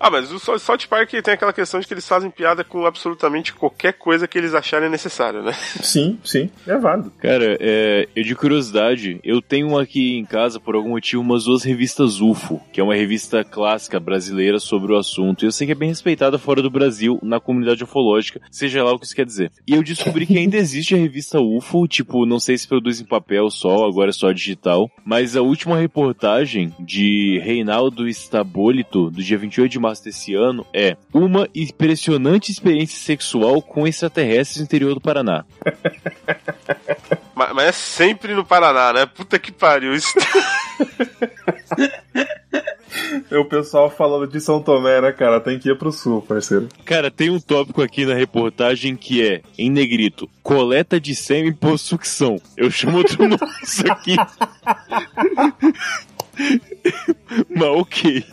[SPEAKER 2] Ah, mas o Sou- South Park tem aquela questão de que eles fazem piada com absolutamente qualquer coisa que eles acharem necessário, né?
[SPEAKER 4] Sim, sim, é válido.
[SPEAKER 1] Cara, é, eu de curiosidade, eu tenho um aqui em casa, por algum motivo, umas duas revistas UFO, que é uma revista clássica brasileira sobre o assunto. E eu sei que é bem respeitada fora do Brasil, na comunidade ufológica, seja lá o que isso quer dizer. E eu descobri que ainda existe a revista UFO, tipo, não sei se produz em papel só, agora é só digital. Mas a última reportagem de Reinaldo Estabolito, do dia 28 de março desse ano, é uma impressionante experiência sexual com extraterrestres no interior do Paraná.
[SPEAKER 2] Ma- Mas, é sempre no Paraná, né? Puta que pariu. Isso...
[SPEAKER 4] E o pessoal falando de São Tomé, né, cara? Tem que ir pro sul, parceiro.
[SPEAKER 1] Cara, tem um tópico aqui na reportagem que é, em negrito, coleta de sêmen por sucção. Eu chamo outro nome isso aqui. Mas ok.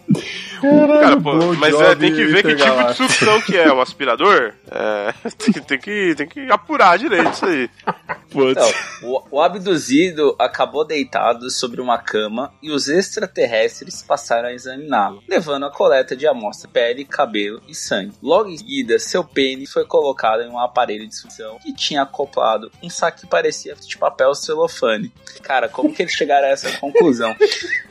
[SPEAKER 2] Cara, pô,
[SPEAKER 4] Bom
[SPEAKER 2] mas
[SPEAKER 4] job,
[SPEAKER 2] é, tem que ver que tipo de
[SPEAKER 4] intergaláctico.
[SPEAKER 2] sucção que é. Um aspirador? É, tem, tem que, tem que apurar direito isso aí.
[SPEAKER 1] Putz.
[SPEAKER 6] então, o, o abduzido acabou deitado sobre uma cama e os extraterrestres passaram a examiná-lo, levando a coleta de amostra, pele, cabelo e sangue. Logo em seguida, seu pênis foi colocado em um aparelho de sucção que tinha acoplado um saco que parecia de papel celofane. Cara, como que eles chegaram a essa conclusão?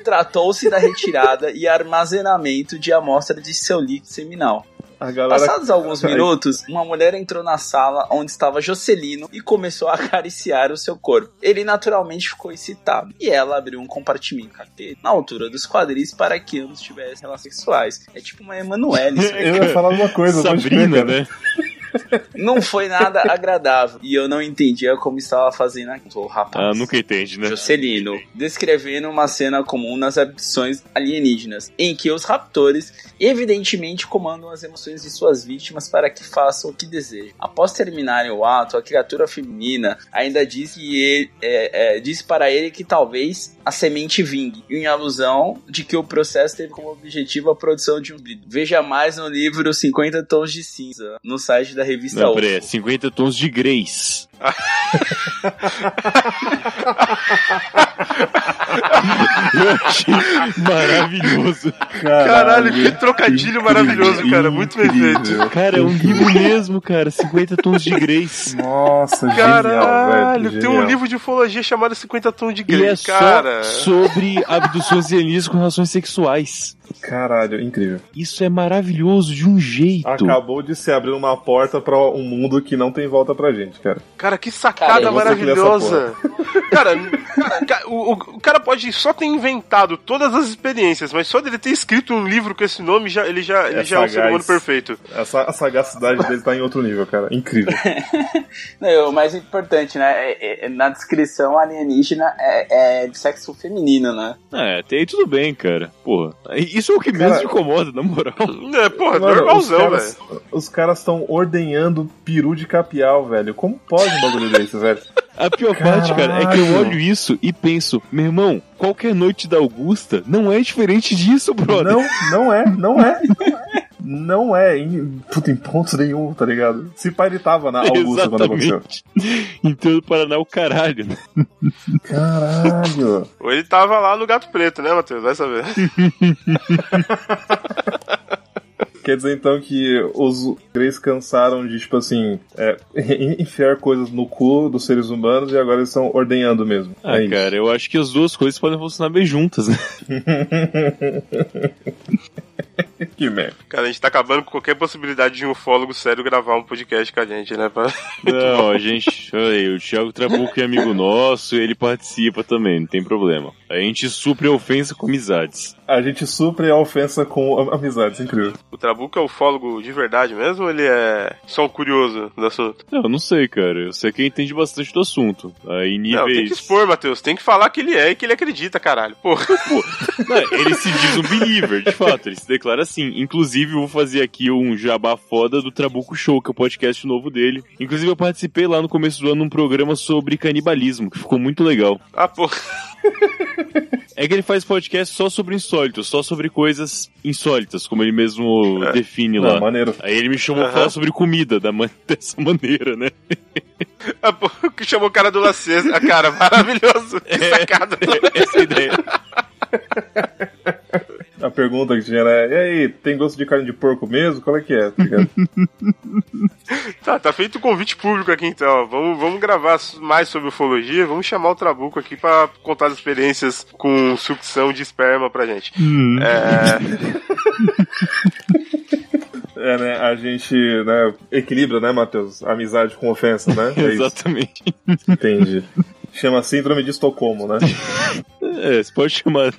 [SPEAKER 6] Tratou-se da retirada e armazenamento de amostra de seu líquido seminal.
[SPEAKER 4] A galera.
[SPEAKER 6] Passados alguns
[SPEAKER 4] Ai.
[SPEAKER 6] minutos, uma mulher entrou na sala onde estava Jocelino e começou a acariciar o seu corpo. Ele naturalmente ficou excitado e ela abriu um compartimento catete na altura dos quadris para que ambos tivessem relações sexuais. É tipo uma Emanuele. isso aí.
[SPEAKER 4] Eu ia falar uma coisa, pode crer,
[SPEAKER 1] Sabrina,
[SPEAKER 4] cara.
[SPEAKER 1] né?
[SPEAKER 6] Não foi nada agradável. E eu não entendia como estava fazendo aquilo. O
[SPEAKER 1] Ah,
[SPEAKER 6] rapaz.
[SPEAKER 1] nunca entende, né?
[SPEAKER 6] Juscelino, descrevendo uma cena comum nas abduções alienígenas, em que os raptores evidentemente comandam as emoções de suas vítimas para que façam o que desejam. Após terminarem o ato, a criatura feminina ainda diz, que ele- é, é, diz para ele que talvez a semente vingue, em alusão de que o processo teve como objetivo a produção de um brilho. Veja mais no livro 50 Tons de Cinza, no site da revista
[SPEAKER 1] Não,
[SPEAKER 6] UFO.
[SPEAKER 1] peraí, é 50 tons de Grace. Eu achei maravilhoso.
[SPEAKER 2] Caralho, que trocadilho maravilhoso, cara. Muito bem feito.
[SPEAKER 1] Cara, é um livro mesmo, cara. 50 tons de Grace.
[SPEAKER 4] Nossa,
[SPEAKER 2] Caralho,
[SPEAKER 4] genial, velho.
[SPEAKER 2] tem um
[SPEAKER 4] genial.
[SPEAKER 2] livro de ufologia chamado 50 Tons de
[SPEAKER 1] E
[SPEAKER 2] Grey,
[SPEAKER 1] é
[SPEAKER 2] cara.
[SPEAKER 1] só sobre abduções alienígenas com relações sexuais.
[SPEAKER 4] Caralho, incrível.
[SPEAKER 1] Isso é maravilhoso de um jeito.
[SPEAKER 4] Acabou de se abrir uma porta pra um mundo que não tem volta pra gente, cara.
[SPEAKER 2] Cara, que sacada
[SPEAKER 6] Cara, eu
[SPEAKER 4] vou ter que ler essa
[SPEAKER 2] maravilhosa. Cara, n- ca- o, o- o cara pode só ter inventado todas as experiências, mas só dele ter escrito um livro com esse nome, já, ele já, ele
[SPEAKER 4] É
[SPEAKER 2] já é um ser
[SPEAKER 4] sagaz.
[SPEAKER 2] humano perfeito.
[SPEAKER 4] Essa a sagacidade dele tá em outro nível, cara. Incrível.
[SPEAKER 6] Não, e o mais importante, né? é- é- na descrição, alienígena é, é de sexo feminino, né?
[SPEAKER 1] É, até aí tudo bem, cara. Porra, isso é o que menos
[SPEAKER 4] Cara-
[SPEAKER 1] me incomoda, na moral.
[SPEAKER 2] É, porra,
[SPEAKER 4] Mano, os
[SPEAKER 2] normalzão,
[SPEAKER 4] caras-
[SPEAKER 2] velho.
[SPEAKER 4] Os caras estão ordenhando peru de capial, velho. Como pode um bagulho desse, velho?
[SPEAKER 1] A pior parte, cara, é que eu
[SPEAKER 4] Caralho.
[SPEAKER 1] olho isso e penso, meu irmão, qualquer noite da Augusta não é diferente disso, brother.
[SPEAKER 4] Não, não é, não é. Não é, em, puta, em ponto nenhum, tá ligado? Se pai ele tava na é Augusta quando aconteceu.
[SPEAKER 1] Exatamente. Então o Paraná é o caralho, né?
[SPEAKER 4] Caralho.
[SPEAKER 2] Ou ele tava lá no Gato Preto, né, Matheus? Vai saber.
[SPEAKER 4] Quer dizer então que os três cansaram de, tipo assim, é, enfiar coisas no cu dos seres humanos e agora eles estão ordenhando mesmo.
[SPEAKER 1] Ah,
[SPEAKER 4] é isso.
[SPEAKER 1] cara, eu acho que as duas coisas podem funcionar bem juntas, né?
[SPEAKER 4] Que merda.
[SPEAKER 2] Cara, a gente tá acabando com qualquer possibilidade de um ufólogo sério gravar um podcast com a gente, né? pra-
[SPEAKER 1] Não, a gente. olha aí, o Thiago Trabuco é amigo nosso, ele participa também, não tem problema. A gente supre a ofensa com amizades.
[SPEAKER 4] A gente supre a ofensa com am- amizades, incrível.
[SPEAKER 2] O Trabuco é ufólogo de verdade mesmo ou ele é só um curioso da sua.
[SPEAKER 1] Não, eu não sei, cara. Eu sei que entende bastante do assunto. Aí níveis.
[SPEAKER 2] Não, tem que expor, Matheus. Tem que falar que ele é e que ele acredita, caralho. Porra.
[SPEAKER 1] Não, ele se diz um believer, de fato, ele se declara assim. Inclusive, eu vou fazer aqui um jabá foda do Trabuco Show, que é o podcast novo dele. Inclusive, eu participei lá no começo do ano num programa sobre canibalismo, que ficou muito legal.
[SPEAKER 2] Ah, porra.
[SPEAKER 1] É que ele faz podcast só sobre insólitos, só sobre coisas insólitas, como ele mesmo
[SPEAKER 2] É.
[SPEAKER 1] define
[SPEAKER 4] Não,
[SPEAKER 1] lá.
[SPEAKER 4] maneiro.
[SPEAKER 1] Aí ele me chamou pra
[SPEAKER 2] Aham.
[SPEAKER 1] falar sobre comida da man- dessa maneira, né?
[SPEAKER 2] Ah, porra. Que chamou o cara do Lacesa. Ah, cara, maravilhoso. Que sacada.
[SPEAKER 1] Essa é a ideia.
[SPEAKER 4] A pergunta que tinha era, e aí, tem gosto de carne de porco mesmo? Qual é que é? Tá ligado?
[SPEAKER 2] Tá, tá feito o convite público aqui então. Vamos, vamos gravar mais sobre ufologia. Vamos chamar o Trabuco aqui pra contar as experiências com sucção de esperma pra gente. É.
[SPEAKER 4] é, né, a gente, né, equilibra, né, Matheus? Amizade com ofensa, né? É isso.
[SPEAKER 1] Exatamente.
[SPEAKER 4] Entendi. Chama Síndrome de Estocolmo, né?
[SPEAKER 1] É, você pode chamar.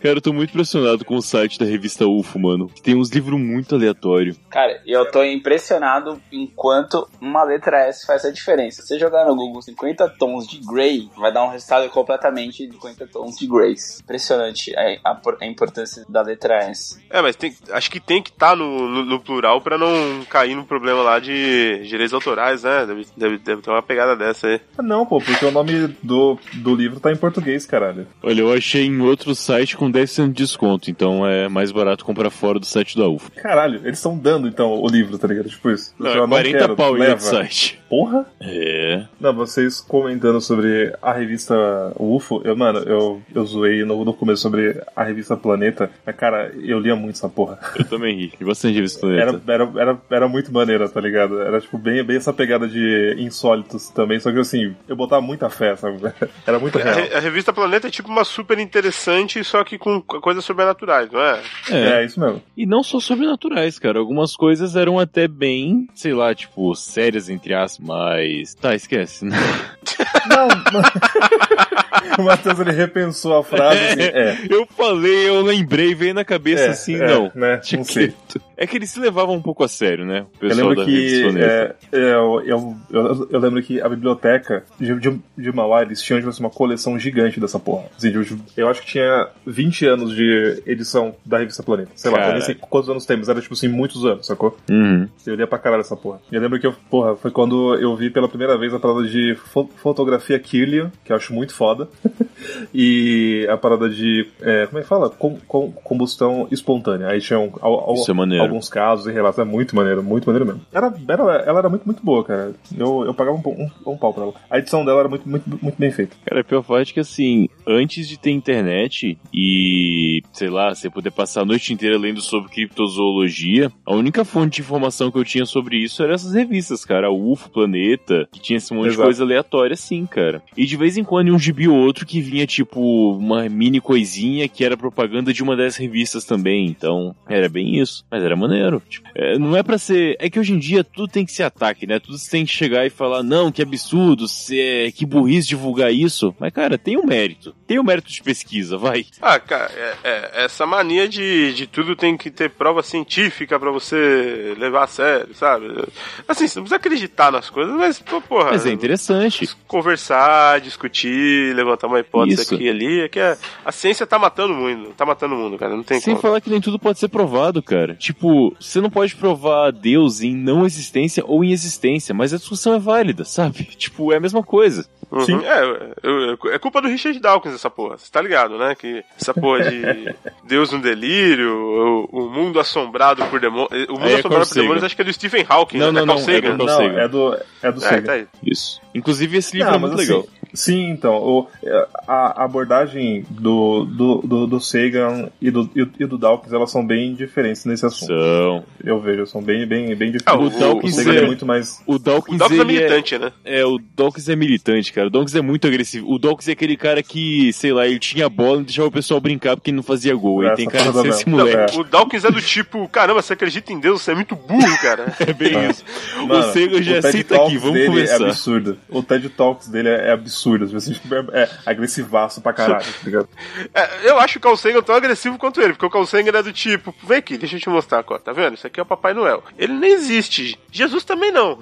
[SPEAKER 1] Cara, eu tô muito impressionado com o site da revista UFO, mano. Que tem uns livros muito aleatórios.
[SPEAKER 6] Cara, e eu tô impressionado enquanto uma letra S faz a diferença. Se você jogar no Google 50 tons de Grey, vai dar um resultado completamente de 50 tons de Grace. Impressionante a, a por- a importância da letra S.
[SPEAKER 2] É, mas tem- acho que tem que estar no, no- no plural pra não cair no problema lá de direitos autorais, né? Deve, deve- deve ter uma pegada dessa aí.
[SPEAKER 4] Ah, Não, pô, porque o nome do, do livro tá em português, caralho.
[SPEAKER 1] Olha, eu achei em outro site com 10% de desconto, então é mais barato comprar fora do site da UFO.
[SPEAKER 4] Caralho, eles estão dando então o livro, tá ligado? Tipo isso.
[SPEAKER 1] Não,
[SPEAKER 4] Eu
[SPEAKER 1] é 40
[SPEAKER 4] quero,
[SPEAKER 1] pau em
[SPEAKER 4] leva.
[SPEAKER 1] outro site.
[SPEAKER 4] Porra?
[SPEAKER 1] É.
[SPEAKER 4] Não, vocês comentando sobre a revista UFO, eu, mano, eu, eu zoei no, no começo sobre a revista Planeta, mas cara, eu lia muito essa porra.
[SPEAKER 1] Eu também ri. De bastante revista
[SPEAKER 4] Era,
[SPEAKER 1] planeta.
[SPEAKER 4] era, era, era muito maneira, tá ligado? Era tipo bem, bem essa pegada de insólitos também, só que assim, eu botava muita fé, sabe?
[SPEAKER 1] É.
[SPEAKER 4] Era muito
[SPEAKER 2] A,
[SPEAKER 4] real.
[SPEAKER 2] re- a revista Planeta é tipo uma super interessante, só que com co- coisas sobrenaturais, não é?
[SPEAKER 1] É.
[SPEAKER 4] É, isso mesmo.
[SPEAKER 1] E não só sobrenaturais, cara. Algumas coisas eram até bem, sei lá, né? tipo, sérias entre aspas, mas. Tá, esquece.
[SPEAKER 4] Não, mas- O Matheus ele repensou a frase assim, é.
[SPEAKER 1] Eu falei, eu lembrei, veio na cabeça
[SPEAKER 4] é,
[SPEAKER 1] assim,
[SPEAKER 4] é,
[SPEAKER 1] não.
[SPEAKER 4] Né? Não
[SPEAKER 1] Tinha
[SPEAKER 4] sei.
[SPEAKER 1] quieto. É que eles se levavam um pouco a sério, né? O
[SPEAKER 4] Eu
[SPEAKER 1] pessoal da
[SPEAKER 4] lembro que.
[SPEAKER 1] Rede Soneta.
[SPEAKER 4] é, eu, eu, eu, eu lembro que a biblioteca de, de, de Mauá, eles tinham tipo, assim, uma coleção gigante dessa porra. Assim, de- de- eu acho que tinha 20 anos de edição da revista Planeta. Sei lá, eu nem
[SPEAKER 1] Caralho.
[SPEAKER 4] sei quantos anos tem, mas era tipo assim, muitos anos, sacou?
[SPEAKER 1] Uhum.
[SPEAKER 4] Eu lia pra caralho essa porra. E eu lembro que eu, porra, foi quando eu vi pela primeira vez a parada de fo- fotografia Kirlian, que eu acho muito foda. e a parada de. é, como é que fala? Com, com- combustão espontânea. Aí tinha um, al- al-
[SPEAKER 1] Isso é maneiro.
[SPEAKER 4] alguns casos e relatos. É muito maneiro, muito maneiro mesmo. Era, era- ela era muito, muito boa, cara. Eu, eu pagava um, pau- um, um pau pra ela. A edição dela era muito, muito, muito bem feita.
[SPEAKER 1] Cara, a pior parte é que assim, antes de ter internet e, sei lá, você poder passar a noite inteira lendo sobre criptozoologia, a única fonte de informação que eu tinha sobre isso era essas revistas, cara. A UFO, Planeta, que tinha esse monte de
[SPEAKER 4] Exato.
[SPEAKER 1] coisa aleatória, assim, cara. E de vez em quando um gibi ou outro que vinha, tipo, uma mini coisinha que era propaganda de uma dessas revistas também. Então, era bem isso. Mas era maneiro. Tipo, é, não é pra ser. É que hoje em dia tudo tem que ser ataque, né? Tudo você tem que chegar e falar, não, que absurdo, cê- é, que burrice divulgar isso. Mas, cara, tem um mérito. Tem um mérito de pesquisa, vai.
[SPEAKER 2] Ah, cara, é- é- essa mania de, de tudo tem que ter prova científica pra você levar a sério, sabe? Assim, você não precisa acreditar nas coisas, mas, pô, porra.
[SPEAKER 1] Mas é interessante.
[SPEAKER 2] Conversar, discutir, levantar uma hipótese
[SPEAKER 1] Isso.
[SPEAKER 2] aqui e ali. É que a, a ciência tá matando o mundo, tá matando o mundo, cara. Não tem
[SPEAKER 1] Sem
[SPEAKER 2] como.
[SPEAKER 1] falar que nem tudo pode ser provado, cara. Tipo, você não pode provar Deus em não existência ou em existência, mas a discussão é válida, sabe? Tipo, é a mesma coisa.
[SPEAKER 2] Uhum.
[SPEAKER 4] Sim.
[SPEAKER 2] É, eu- eu- é culpa do Richard Dawkins essa porra, você tá ligado, né? Que essa porra de Deus no delírio, o, o mundo assombrado por demônios. O mundo
[SPEAKER 1] Aí é Carl
[SPEAKER 2] assombrado por
[SPEAKER 1] Sagan.
[SPEAKER 2] demônios acho que é do Stephen Hawking,
[SPEAKER 1] Não,
[SPEAKER 2] né?
[SPEAKER 1] não,
[SPEAKER 2] Carl
[SPEAKER 1] não, é
[SPEAKER 2] Sagan.
[SPEAKER 1] do- Não,
[SPEAKER 4] Não,
[SPEAKER 1] Sega.
[SPEAKER 4] é do, é do
[SPEAKER 2] É,
[SPEAKER 4] Sega.
[SPEAKER 2] tá aí.
[SPEAKER 1] Isso. Inclusive, esse livro é
[SPEAKER 4] Não, mas
[SPEAKER 1] muito
[SPEAKER 4] assim,
[SPEAKER 1] legal.
[SPEAKER 4] Sim, então. o- a, a abordagem do, do, do, do Sagan e do, e, e do Dawkins, elas são bem diferentes nesse assunto.
[SPEAKER 1] São.
[SPEAKER 4] Eu vejo, são bem, bem, bem diferentes.
[SPEAKER 2] Ah,
[SPEAKER 1] o
[SPEAKER 4] o
[SPEAKER 1] Dawkins
[SPEAKER 4] Sagan é
[SPEAKER 1] é-
[SPEAKER 4] muito mais.
[SPEAKER 1] O
[SPEAKER 2] O
[SPEAKER 1] Dawkins,
[SPEAKER 2] Dawkins é
[SPEAKER 1] ele é,
[SPEAKER 2] militante, né?
[SPEAKER 1] É, o Dawkins é militante, cara. O Dawkins é muito agressivo. O Dawkins é aquele cara que, sei lá, ele tinha bola e deixava o pessoal brincar porque ele não fazia gol. Ele
[SPEAKER 4] Essa
[SPEAKER 1] tem cara de
[SPEAKER 4] parada
[SPEAKER 1] ser esse
[SPEAKER 4] mesmo.
[SPEAKER 1] moleque.
[SPEAKER 2] O Dawkins é do tipo, caramba, você acredita em Deus, você é muito burro, cara.
[SPEAKER 1] É bem isso. o Sega já
[SPEAKER 4] TED
[SPEAKER 1] cita
[SPEAKER 4] Talks
[SPEAKER 1] aqui, vamos
[SPEAKER 4] dele É
[SPEAKER 1] conversar.
[SPEAKER 4] absurdo. O TED Talks dele é, é absurdo. tipo assim, É, é agressivaço pra caralho, tá ligado?
[SPEAKER 2] É, eu acho o Carl Sagan tão agressivo quanto ele, porque o Carl Sagan é do tipo, vem aqui, deixa eu te mostrar, ó, tá vendo? Isso aqui é o Papai Noel. Ele nem existe. Jesus também não.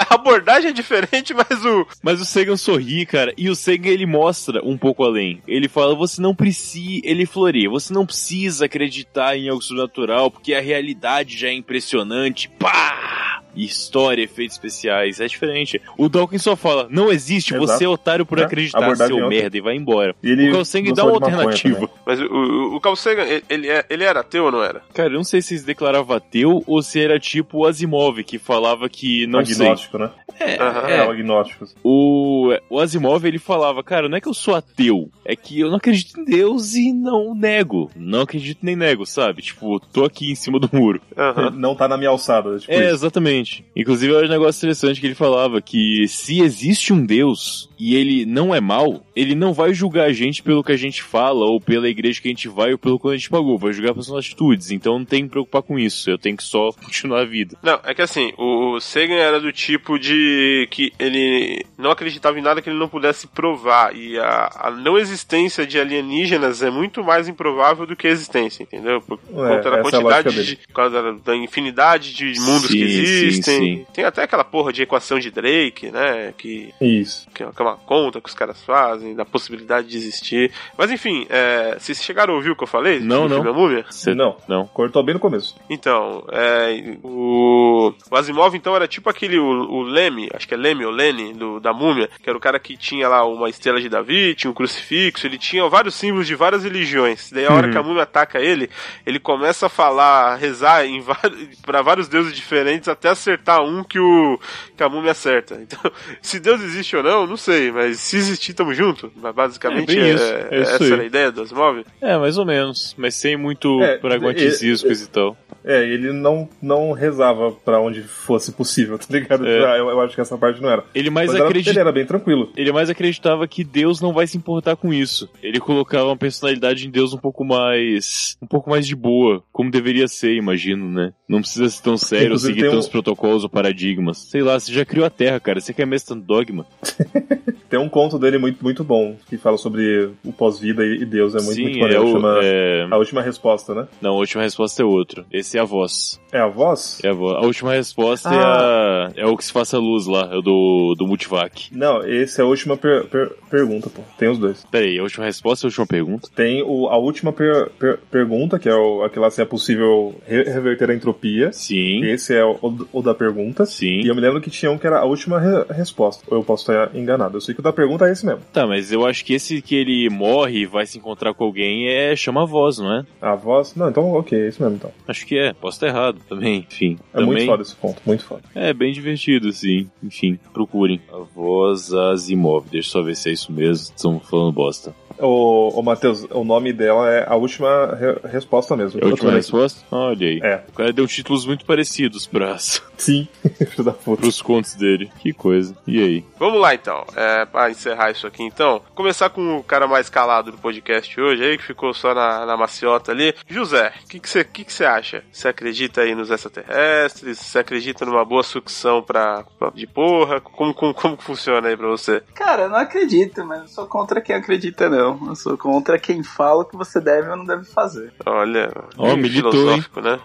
[SPEAKER 2] A abordagem é diferente, mas o,
[SPEAKER 1] Mas o Sagan sorri, cara, e o Sagan ele mostra um pouco além. Ele fala: você não precisa. Ele floreia, você não precisa acreditar em algo sobrenatural, porque a realidade já é impressionante. Pá! E História, efeitos especiais, é diferente. O Dawkins só fala: não existe,
[SPEAKER 4] Exato.
[SPEAKER 1] você é otário por
[SPEAKER 4] É,
[SPEAKER 1] acreditar,
[SPEAKER 4] abordagem
[SPEAKER 1] seu
[SPEAKER 4] outra.
[SPEAKER 1] merda, e vai embora.
[SPEAKER 4] E ele
[SPEAKER 1] o Carl Sagan dá
[SPEAKER 4] gostava
[SPEAKER 1] uma
[SPEAKER 4] de maconha
[SPEAKER 1] alternativa.
[SPEAKER 4] também.
[SPEAKER 2] Mas o, o, o Carl Sagan, ele- ele, é- ele era ateu ou não era?
[SPEAKER 1] Cara, eu não sei se ele se declarava ateu ou se era tipo o Asimov, que falava que não sei.
[SPEAKER 4] agnóstico, né?
[SPEAKER 2] Aham.
[SPEAKER 4] É, o agnóstico.
[SPEAKER 1] O, o Asimov, ele falava, cara, não é que eu sou ateu, é que eu não acredito em Deus e não nego. Não acredito nem nego, sabe? Tipo, tô aqui em cima do muro.
[SPEAKER 2] Aham.
[SPEAKER 4] Não tá na minha alçada. Tipo
[SPEAKER 1] é,
[SPEAKER 4] isso.
[SPEAKER 1] exatamente. Inclusive, era um negócio interessante que ele falava que se existe um Deus e ele não é mal, ele não vai julgar a gente pelo que a gente fala, ou pela igreja que a gente vai, ou pelo quanto a gente pagou. Vai julgar pelas nossas atitudes. Então, não tem que me preocupar com isso. Eu tenho que só continuar a vida.
[SPEAKER 2] Não, é que assim, o o Sagan era do tipo de que ele não acreditava em nada que ele não pudesse provar. E a, a não existência de alienígenas é muito mais improvável do que a existência, entendeu? Por
[SPEAKER 4] essa
[SPEAKER 2] conta
[SPEAKER 4] é a
[SPEAKER 2] da
[SPEAKER 4] lógica
[SPEAKER 2] quantidade
[SPEAKER 4] dele.
[SPEAKER 2] de. Por causa da, da infinidade de mundos
[SPEAKER 1] Sim,
[SPEAKER 2] que
[SPEAKER 1] sim,
[SPEAKER 2] existem.
[SPEAKER 1] sim.
[SPEAKER 2] Tem até aquela porra de equação de Drake, né? Que,
[SPEAKER 4] Isso.
[SPEAKER 2] que é uma- que é uma conta que os caras fazem, da possibilidade de existir. Mas enfim, é, vocês chegaram a ouvir o que eu falei?
[SPEAKER 1] Não,
[SPEAKER 2] do
[SPEAKER 1] não.
[SPEAKER 2] filme A Múmia?
[SPEAKER 1] Cê-
[SPEAKER 4] Não.
[SPEAKER 1] Não.
[SPEAKER 4] Cortou bem no começo.
[SPEAKER 2] Então, é, o, o Asimov então era tipo aquele, o, o Leme, acho que é Leme ou Lene, do, da múmia, que era o cara que tinha lá uma estrela de Davi, tinha um crucifixo, ele tinha vários símbolos de várias religiões. Daí a
[SPEAKER 1] Uhum.
[SPEAKER 2] hora que a múmia ataca ele, ele começa a falar, a rezar em vários, pra vários deuses diferentes até acertar um que, o, que a múmia acerta. Então, se Deus existe ou não, não sei, mas se existir, tamo junto. Mas Basicamente,
[SPEAKER 1] É, bem
[SPEAKER 2] é-
[SPEAKER 1] isso, é isso
[SPEAKER 2] essa
[SPEAKER 1] aí.
[SPEAKER 2] era a ideia do Asimov.
[SPEAKER 1] É, mais ou menos. Mas sem muito
[SPEAKER 4] É,
[SPEAKER 1] pragmatismo e tal.
[SPEAKER 4] É, ele não, não rezava pra onde fosse possível, tá ligado?
[SPEAKER 1] É.
[SPEAKER 4] Ah, Eu, eu acho que essa parte não era.
[SPEAKER 1] Ele mais
[SPEAKER 4] Mas era-
[SPEAKER 1] acredita.
[SPEAKER 4] ele era bem tranquilo.
[SPEAKER 1] Ele mais acreditava que Deus não vai se importar com isso. Ele colocava uma personalidade em Deus um pouco mais. um pouco mais de boa, como deveria ser, imagino, né? Não precisa ser tão sério ou
[SPEAKER 4] Inclusive,
[SPEAKER 1] seguir
[SPEAKER 4] tem um-
[SPEAKER 1] tantos protocolos ou paradigmas. Sei lá, você já criou a Terra, cara. Você quer mesmo tanto dogma?
[SPEAKER 4] Tem um conto dele muito, muito bom, que fala sobre o pós-vida e e Deus. É muito,
[SPEAKER 1] Sim,
[SPEAKER 4] muito
[SPEAKER 1] é
[SPEAKER 4] maneiro.
[SPEAKER 1] o-
[SPEAKER 4] chama
[SPEAKER 1] é-
[SPEAKER 4] A Última Resposta, né?
[SPEAKER 1] Não, a última resposta é outra. Esse é a voz.
[SPEAKER 4] É a voz?
[SPEAKER 1] É a voz. A última resposta
[SPEAKER 4] Ah.
[SPEAKER 1] é, a... é o que se faça luz lá, é o do, do Multivac.
[SPEAKER 4] Não, esse é a última per- per- pergunta, pô. Tem os dois.
[SPEAKER 1] Pera aí, a última resposta é a última pergunta?
[SPEAKER 4] Tem o, a última per- per- pergunta, que é o, aquela se é possível re- reverter a entropia.
[SPEAKER 1] Sim.
[SPEAKER 4] Esse é o, o da pergunta.
[SPEAKER 1] Sim.
[SPEAKER 4] E eu me lembro que tinha um que era a última re- resposta. Ou eu posso estar enganado. Eu sei que o da pergunta é esse mesmo.
[SPEAKER 1] Tá, mas eu acho que esse que ele morre e vai se encontrar com alguém é chama a voz, não é?
[SPEAKER 4] A voz. Não, então, ok, é isso mesmo então.
[SPEAKER 1] Acho que é, posso estar errado também, enfim.
[SPEAKER 4] É
[SPEAKER 1] também...
[SPEAKER 4] muito foda esse ponto, muito foda.
[SPEAKER 1] É bem divertido, sim. Enfim, procurem. A voz Asimov. Deixa eu só ver se é isso mesmo. Estamos falando bosta.
[SPEAKER 4] Ô, ô Matheus, o nome dela é a última re- resposta mesmo.
[SPEAKER 1] É a
[SPEAKER 4] Eu
[SPEAKER 1] última
[SPEAKER 4] tô vendo
[SPEAKER 1] resposta? Olha aí.
[SPEAKER 4] É.
[SPEAKER 1] O cara deu títulos muito parecidos pras,
[SPEAKER 4] aqui. Sim, filho da puta.
[SPEAKER 1] pros contos dele. Que coisa. E aí?
[SPEAKER 2] Vamos lá então, é, pra encerrar isso aqui então. Começar com o cara mais calado do podcast hoje, aí que ficou só na, na maciota ali. José, o que você que que cê acha? Você acredita aí nos extraterrestres? Você acredita numa boa sucção pra, pra- de porra? Como, como, como que funciona aí pra você?
[SPEAKER 6] Cara, eu não acredito, mas eu sou contra quem acredita, não. Eu sou contra quem fala o que você deve ou não deve fazer.
[SPEAKER 2] Olha,
[SPEAKER 1] Ó,
[SPEAKER 2] bem
[SPEAKER 1] militou,
[SPEAKER 2] filosófico, né?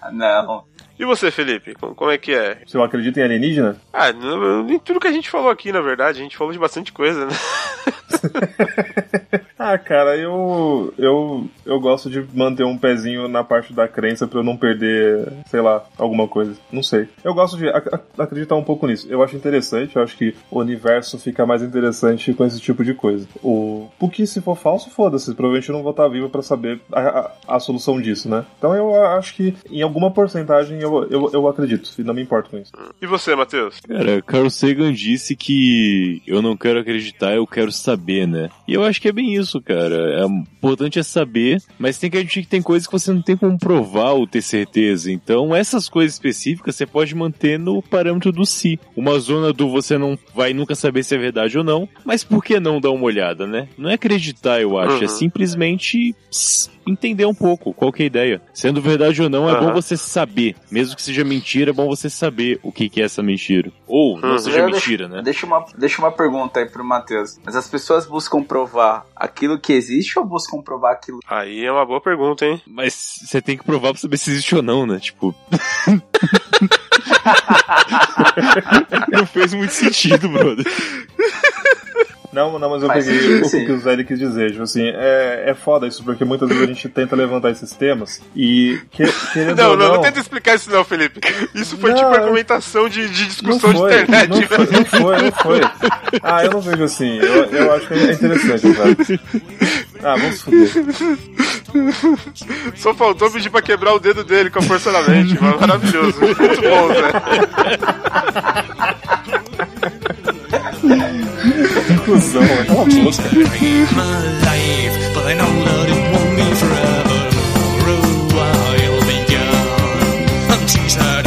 [SPEAKER 6] Ah, não.
[SPEAKER 2] E você, Felipe, como, como é que é?
[SPEAKER 4] Você não acredita em alienígena?
[SPEAKER 2] Ah, não- nem tudo que a gente falou aqui, na verdade, a gente falou de bastante coisa, né?
[SPEAKER 4] Ah, cara, eu, eu eu gosto de manter um pezinho na parte da crença pra eu não perder, sei lá, alguma coisa. Não sei. Eu gosto de ac- ac- acreditar um pouco nisso. Eu acho interessante, eu acho que o universo fica mais interessante com esse tipo de coisa. O o que se for falso, foda-se, provavelmente eu não vou estar vivo pra saber a, a, a solução disso, né? Então eu acho que em alguma porcentagem eu, eu, eu acredito e não me importo com isso.
[SPEAKER 2] E você, Matheus?
[SPEAKER 1] Cara, Carl Sagan disse que eu não quero acreditar, eu quero saber, né? E eu acho que é bem isso, cara. É, o importante é saber, mas tem que admitir que tem coisas que você não tem como provar ou ter certeza. Então, essas coisas específicas você pode manter no parâmetro do si. Uma zona do você não vai nunca saber se é verdade ou não, mas por que não dar uma olhada, né? Não é acreditar, eu acho, é
[SPEAKER 2] Uhum.
[SPEAKER 1] simplesmente pss, entender um pouco qual que é a ideia. Sendo verdade ou não, é
[SPEAKER 2] Aham.
[SPEAKER 1] bom você saber. Mesmo que seja mentira, é bom você saber o que, que é essa mentira. Ou não
[SPEAKER 2] Uhum.
[SPEAKER 1] seja
[SPEAKER 6] Eu
[SPEAKER 1] mentira, né?
[SPEAKER 6] Deixa uma, deixa uma pergunta aí pro Matheus. Mas as pessoas buscam provar aquilo que existe ou buscam provar aquilo?
[SPEAKER 2] Aí é uma boa pergunta, hein?
[SPEAKER 1] Mas você tem que provar pra saber se existe ou não, né? Tipo. não fez muito sentido, brother.
[SPEAKER 4] Não, não, mas eu
[SPEAKER 6] Faz
[SPEAKER 4] peguei
[SPEAKER 6] sentido,
[SPEAKER 4] o
[SPEAKER 6] sim.
[SPEAKER 4] que o Zé quis dizer. Tipo assim, é, é foda isso, porque muitas vezes a gente tenta levantar esses temas e que, querendo
[SPEAKER 2] Não,
[SPEAKER 4] ou
[SPEAKER 2] não,
[SPEAKER 4] não,
[SPEAKER 2] não, tenta explicar isso não, Felipe. Isso foi
[SPEAKER 4] Não,
[SPEAKER 2] tipo
[SPEAKER 4] eu-
[SPEAKER 2] argumentação de, de
[SPEAKER 4] não
[SPEAKER 2] discussão
[SPEAKER 4] foi,
[SPEAKER 2] de internet, né?
[SPEAKER 4] não foi,
[SPEAKER 2] velho.
[SPEAKER 4] não foi, não foi. Ah, eu não vejo assim. Eu, eu acho que é interessante, velho. Ah, vamos foder.
[SPEAKER 2] Só faltou pedir pra quebrar o dedo dele com a força da mente, mano. Maravilhoso. Muito bom, Zé.
[SPEAKER 4] Que cuzão, velho. Cala a boca.
[SPEAKER 7] my life, but I know that it won't be forever. For a while, I'll be gone. I'm teaser.